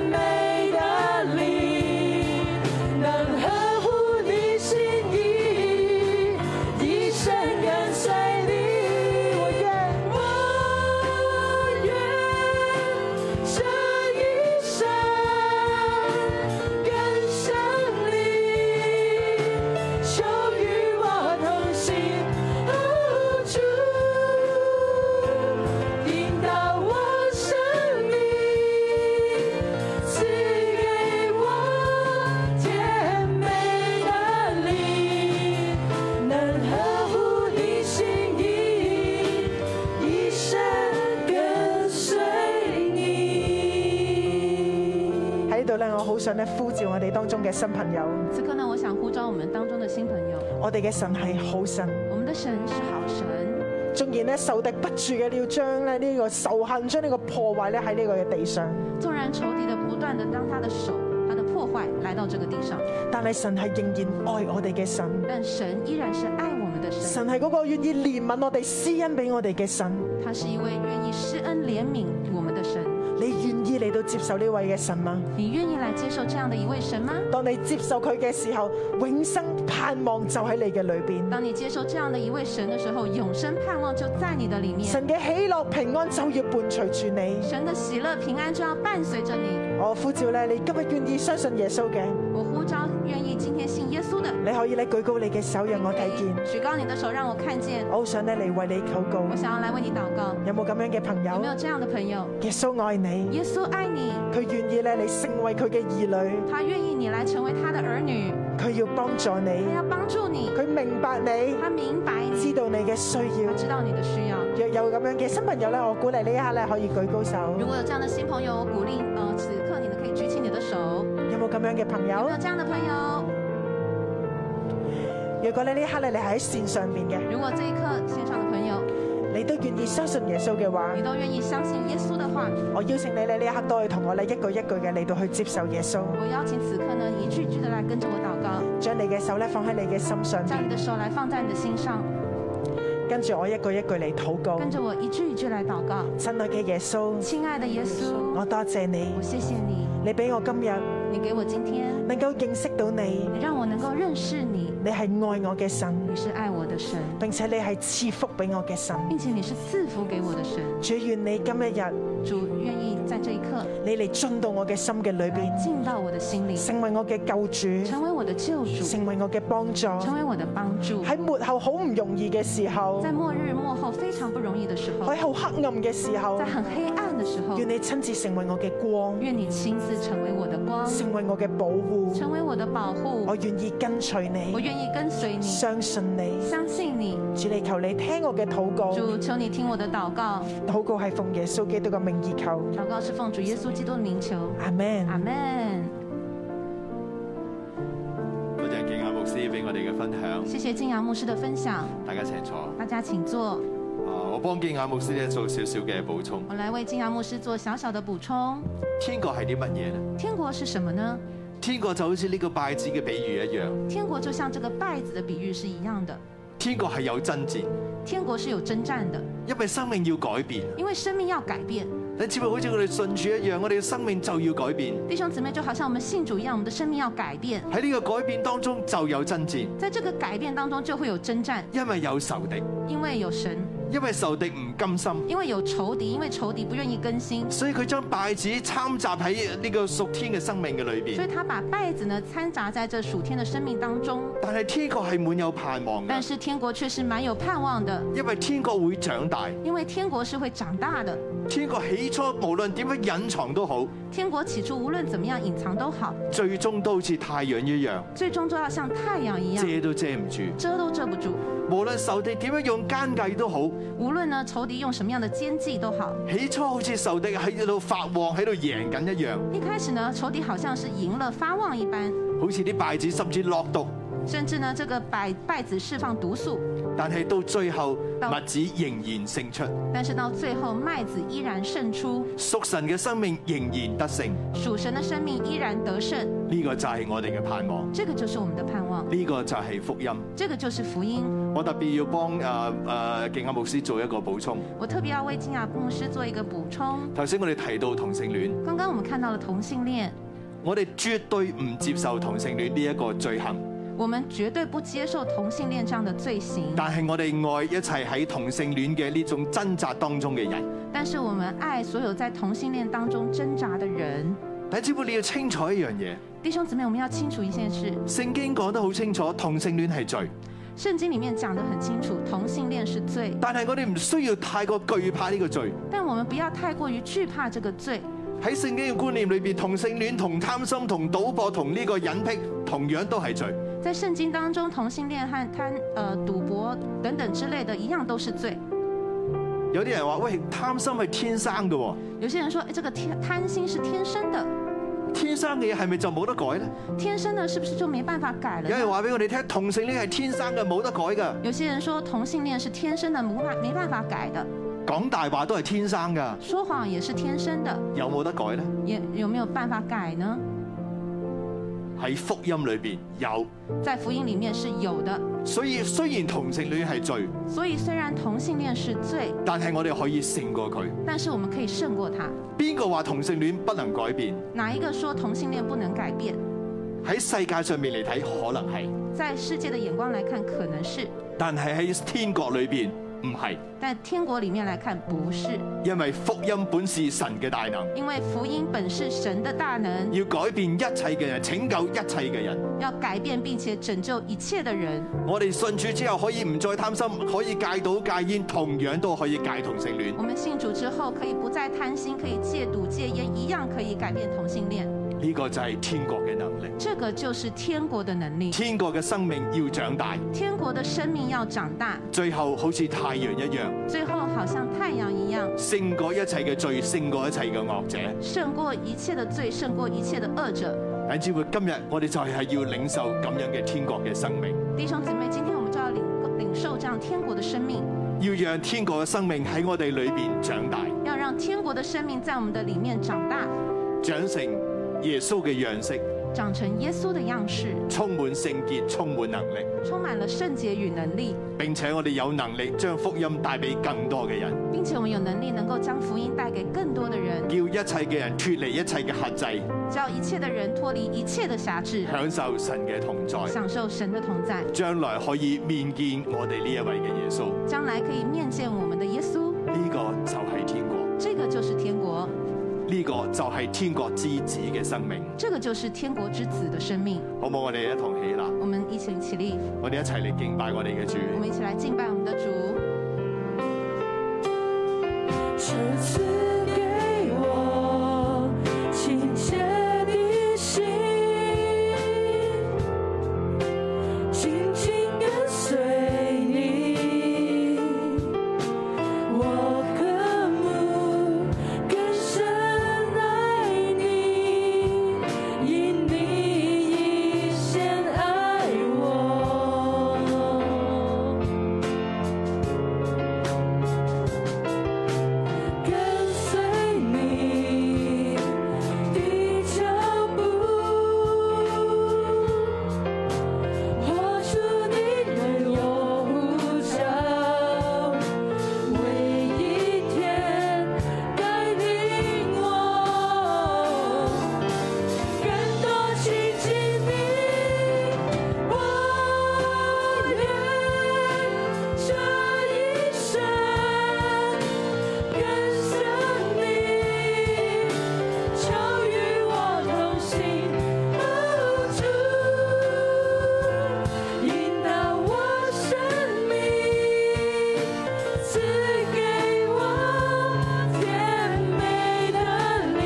美的灵，能呵护你心意，一生跟随你。我愿，我愿。这一生跟上你，求与我同行，主引导我生命，赐给我甜美的灵，能呵护你心意。一生跟随你。喺呢度咧，我好想咧呼召我哋當中嘅新朋友，此刻呢，我想呼召我们当中的新朋友，我哋嘅神係好神，我们的神是好神，縱然咧受敵不住嘅，要將咧呢個仇恨、將呢個破壞咧喺呢個嘅地上，纵然仇敌的不断的当他的手、他的破坏来到这个地上，但係神係仍然愛我哋嘅神，但神依然是爱我们的神，神係嗰個願意憐憫我哋、施恩俾我哋嘅神。他是一位愿意施恩怜悯我们的神。你願意嚟到接受呢位嘅神嗎？你愿意来接受这样的一位神吗？當你接受佢嘅時候，永生盼望就喺你嘅裏邊，当你接受这样的一位神的时候，永生盼望就在你的里面，神嘅喜樂平安就要伴隨住你。神的喜乐平安就要伴随着你。我呼召咧，你今日願意相信耶穌嘅，我呼召愿意今天信耶稣的，你可以咧舉高你嘅手，讓我睇見。举高你的手，让我看见我。好想咧嚟為你禱告我，想要来为你祷告。有冇咁樣嘅朋有没有友？这样的朋友？耶穌愛你，耶穌爱你，佢願意咧你成為佢嘅兒女，他愿意你来成为他的儿女，佢要幫助他你，要帮助你，佢明白你，他明白你，知道你嘅需他要。知道你的需要。若有咁樣嘅新朋友咧，我鼓勵呢一刻咧可以舉高手。如果有这样的新朋友，我鼓励呃，此刻你们可以举起你的手。有冇咁樣嘅朋有友没有？这样的朋友？如果你呢一刻咧你係喺線上面嘅。如果这一刻线上的朋友，你都願意相信耶穌嘅話，你都愿意相信耶稣的话，我邀請你咧呢一刻都去同我咧一句一句嘅嚟到去接受耶穌，我邀请此刻呢一句句的来跟着我祷告，將你嘅手咧放喺你嘅心上将你面，的手来放在你的心上，跟住我一句一句嚟禱告。跟着我一句一句来祷告。親愛嘅耶穌，亲爱的耶稣，我多謝你我，谢谢你，你俾我今日你给我今天，能夠認識到你，你讓我能夠認識你，你係愛我嘅神，你是愛我的神，並且你係賜福俾我嘅神。並且你是賜福給我的神。主願你今一日，主願意在這一刻你嚟進到我嘅心嘅裏來邊，進到我的心裡，成為我嘅救主，成為我的救主，成為我嘅幫助。成為我的幫助。喺末後好唔容易嘅時候，在末日末後非常不容易的時候喺，好黑暗嘅時候在，很黑暗的時候，願你親自成為我嘅光，願你親自成為我的光，成為我嘅保護。成為我的保我護。願意跟隨我你，願意跟隨你，相信你。相信你。主，你求你聽我嘅禱告，主，求你聽我的禱告，禱告係奉耶穌基督嘅名而求。禱告是奉主耶穌基督的名求。阿門。阿門。多謝敬雅牧師俾我哋嘅分享，謝謝敬陽牧師的分享，大家請坐。大家請坐。啊，我幫敬雅牧師咧做少少嘅補充。我來為敬陽牧師做小小的補充。天國係啲乜嘢呢？天國是什麼呢？天國就好似呢個拜子嘅比喻一樣，天國就像這個稗子的比喻是一樣的，天國係有爭戰，天國是有征戰的，因為生命要改變。因為生命要改變。你只不過好似我哋信主一樣，我哋嘅生命就要改變。弟兄姊妹，就好像我們信主一樣，我們的生命要改變，喺呢個改變當中就有爭戰，在這個改變當中就會有征戰，因為有仇敵，因為有神，因為仇敵唔甘心，因為有仇敵，因為仇敵不願意更新，所以佢將拜子參雜喺呢個屬天嘅生命嘅裏所以邊。他把稗子呢摻雜在這屬天的生命當中。但係天國係滿有盼望但嘅，是天國卻是蠻有盼望的，因為天國會長大。因為天國是會長大的。天國起初無論點樣隱藏都好，天國起初無論怎麼樣隱藏都好，最終都好似太陽一樣，最終都要像太陽一樣遮都遮唔住。遮都遮不住。無論仇敵點樣用奸計都好，無論呢仇敵用什麼樣的奸計都好，起初好似仇敵喺度發旺，喺度贏緊一樣，一開始呢仇敵好像是贏了發旺一般，好似啲稗子甚至落毒。甚至呢這個百稗子釋放毒素，但係到最後，到麥子仍然勝出，但是到最後麥子依然勝出，屬神嘅生命仍然得勝。呢、屬神的生命依然得勝。個就係我哋嘅盼望，呢、這個就是我們的盼望，個就係福音。這個就是福音。我特別要幫誒誒敬雅牧師做一個補充。我特別要為金雅牧師做一個補充。頭先我哋提到同性戀，剛剛我們看到了同性戀，我哋絕對唔接受同性戀呢一個罪行。我們絕對不接受同性戀這樣的罪行，但係我哋愛一切喺同性戀嘅呢種掙扎當中嘅人。但是我們愛所有在同性戀當中掙扎的人。但係只不過你要清楚一樣嘢，弟兄姊妹，我們要清楚一件事，聖經講得好清楚，同性戀係罪。聖經裡面講得很清楚，同性戀是罪，但係我哋唔需要太過懼怕呢個罪。但我們不要太過於懼怕這個罪。喺聖經嘅觀念裏邊，同性戀、同貪心、同賭博、同呢個隱癖，同樣都係罪。在聖經當中，同性戀和貪、呃賭博等等之類的，一樣都是罪。有啲人話：喂，貪心係天生嘅喎，有些人說，哎，這個天貪心是天生的，天生嘅嘢係咪就冇得改呢？天生的是不是就沒辦法改了有人呢？話哎俾我哋聽，同性戀係天生嘅，冇得改㗎。有些人說同性戀是天生的，無法沒辦法改的，講大話都係天生㗎，說謊也是天生的，有冇得改呢？也有沒有辦法改呢？喺福音裏邊有，在福音裡面是有的，所以雖然同性戀係罪，所以雖然同性戀是罪，但係我哋可以勝過佢。但是我們可以勝過它。邊個話同性戀不能改變？哪一個說同性戀不能改變？喺世界上面嚟睇，可能係，在世界的眼光來看，可能是，但係喺天國裏邊唔係。但天國裡面來看不是，因為福音本是神嘅大能，因為福音本是神的大能，要改變一切嘅人，拯救一切嘅人。要改變並且拯救一切的人。我哋信主之後可以唔再貪心，可以戒賭戒煙，同樣都可以戒同性戀。我們信主之後，可以不再貪心，可以戒賭戒煙，一樣可以改變同性戀。呢、個就係天國嘅能力。這個就是天國的能力。天國嘅生命要長大，天國的生命要長大，最後好似太陽一樣，最後好像太陽一樣，勝過一切嘅罪，勝過一切嘅惡者。勝過一切的罪，勝過一切的惡者。弟兄姊妹，今日我哋就係要領受咁樣嘅天國嘅生命，弟兄姊妹，今天我們就要領領受這樣天國的生命，要讓天國嘅生命喺我哋裏邊長大，要讓天國的生命在我們的裡面長大，長成耶穌嘅樣式，長成耶穌的樣式，充滿聖潔，充滿能力。充滿了聖潔與能力，並且我哋有能力將福音帶俾更多嘅人，並且我們有能力能夠將福音帶給更多的人，叫一切嘅人脱離一切嘅限制，叫一切的人脱离一切的辖制，享受神嘅同在，享受神的同在，將來可以面見我哋呢一位嘅耶穌。将来可以面见我们的耶稣。呢、個就係天國，这个就是天国，呢、個就係天國之子嘅生命。这个就是天国之子的生命。好唔好？我哋一同起立，我们一起起立，我哋一齊嚟敬拜我哋嘅主。我们一起来敬拜我们的主。神赐给我清洁的心，紧紧跟随你，我渴慕更深爱你，因你已先爱我。跟随你的脚步，活出你的荣耀，每一天带领我，更多亲近你，我愿这一生。跟随你，求与我同行，主引导我生命，赐给我甜美的灵，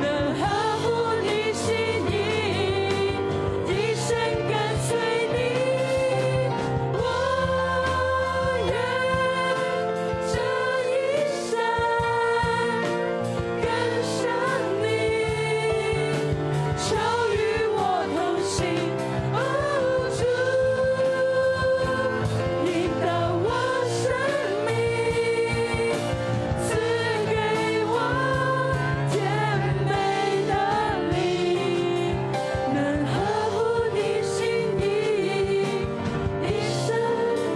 能呵护你心意，一生跟随你，我愿。这一生跟上你，求与我同行，主引导我生命，赐给我甜美的灵，能呵护你心意。一生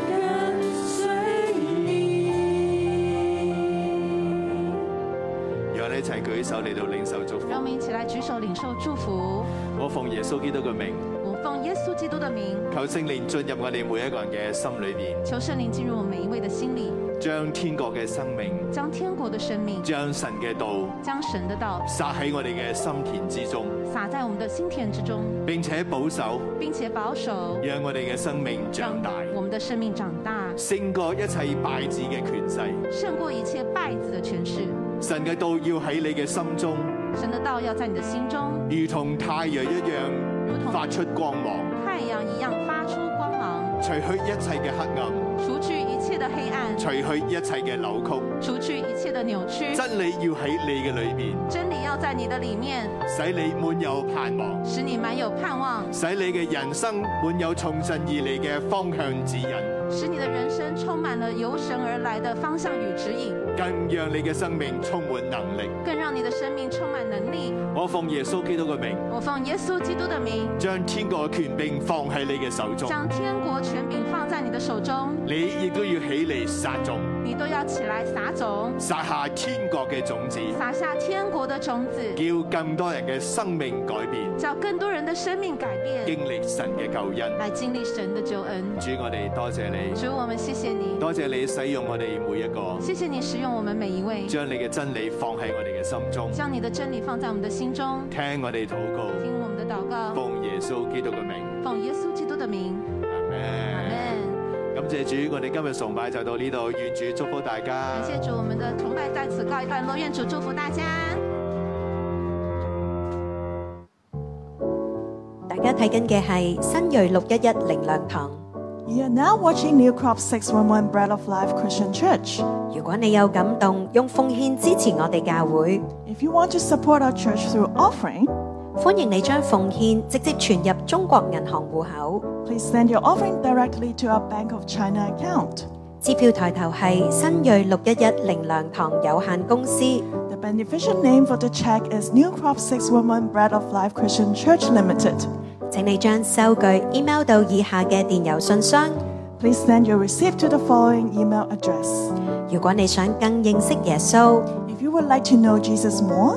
跟随你。讓我哋一齊舉手嚟到領受祝福。让我们一起来举手领受祝福。我奉耶穌基督嘅名，我奉耶稣基督的名，求聖靈進入我哋每一個人嘅心裏邊，求圣灵进入我们每一位的心里，將天國嘅生命，将天国的生命，將神嘅道将神的道撒喺我哋嘅心田之中，撒在我们的心田之中，並且保守，并且保守，讓我哋嘅生命让長大，我们的生命长大，勝過一切敗子嘅權勢。胜过一切败子的权势。神嘅道要喺你嘅心中，神的道要在你的心中，如同太陽一如樣同發出光芒，太阳一样发出光芒，除去一切嘅黑暗，除去一切的黑暗，除去一切嘅扭曲。除去一切的扭曲。真理要喺你嘅裏邊，真理要在你的里面，使你滿有盼望。使你满有盼望，使你嘅人生滿有從神而嚟嘅方向指引，使你的人生充满了由神而来的方向与指引。更讓你嘅生命充滿能力。更让你的生命充满能力。我奉耶穌基督嘅名，我奉耶稣基督的名，將天國嘅權柄放喺你嘅手中，将天国权柄放在你的手中，你亦都要起嚟撒種，你都要起来撒种，撒下天國嘅種子，撒下天国的种子，叫更多人嘅生命改變，叫更多人的生命改变，經歷神嘅救恩。来经历神的救恩。主，我哋多謝你，主，我们谢谢你，多謝你使用我哋每一個，谢谢你使用我们每一位，將你嘅真理放喺我哋嘅心中，将你的真理放在我们的心中，聽我哋禱告，听我们的祷告，奉耶穌基督嘅名，奉耶稣基督的名，阿阿门。門。感謝主，我哋今日崇拜就到呢度，願主祝福大家感。谢主，我们的崇拜在此告一段落，愿主祝福大家。大家睇緊嘅係新锐六一一靈糧堂。 You are now watching New Crop 611 Bread of Life Christian Church. 如果你有感動，用奉獻支持我哋教會， If you want to support our church through offering, 歡迎你將奉獻直接存入中國銀行户口。 please send your offering directly to our Bank of China account. 支票抬頭係新锐六一一靈糧堂有限公司。 The beneficial name for the check is New Crop 611 Bread of Life Christian Church Limited. 請你將收據 email 到以下嘅電郵信箱。 Please send your receipt to the following email address. 如果你想更認識耶穌， If you would like to know Jesus more,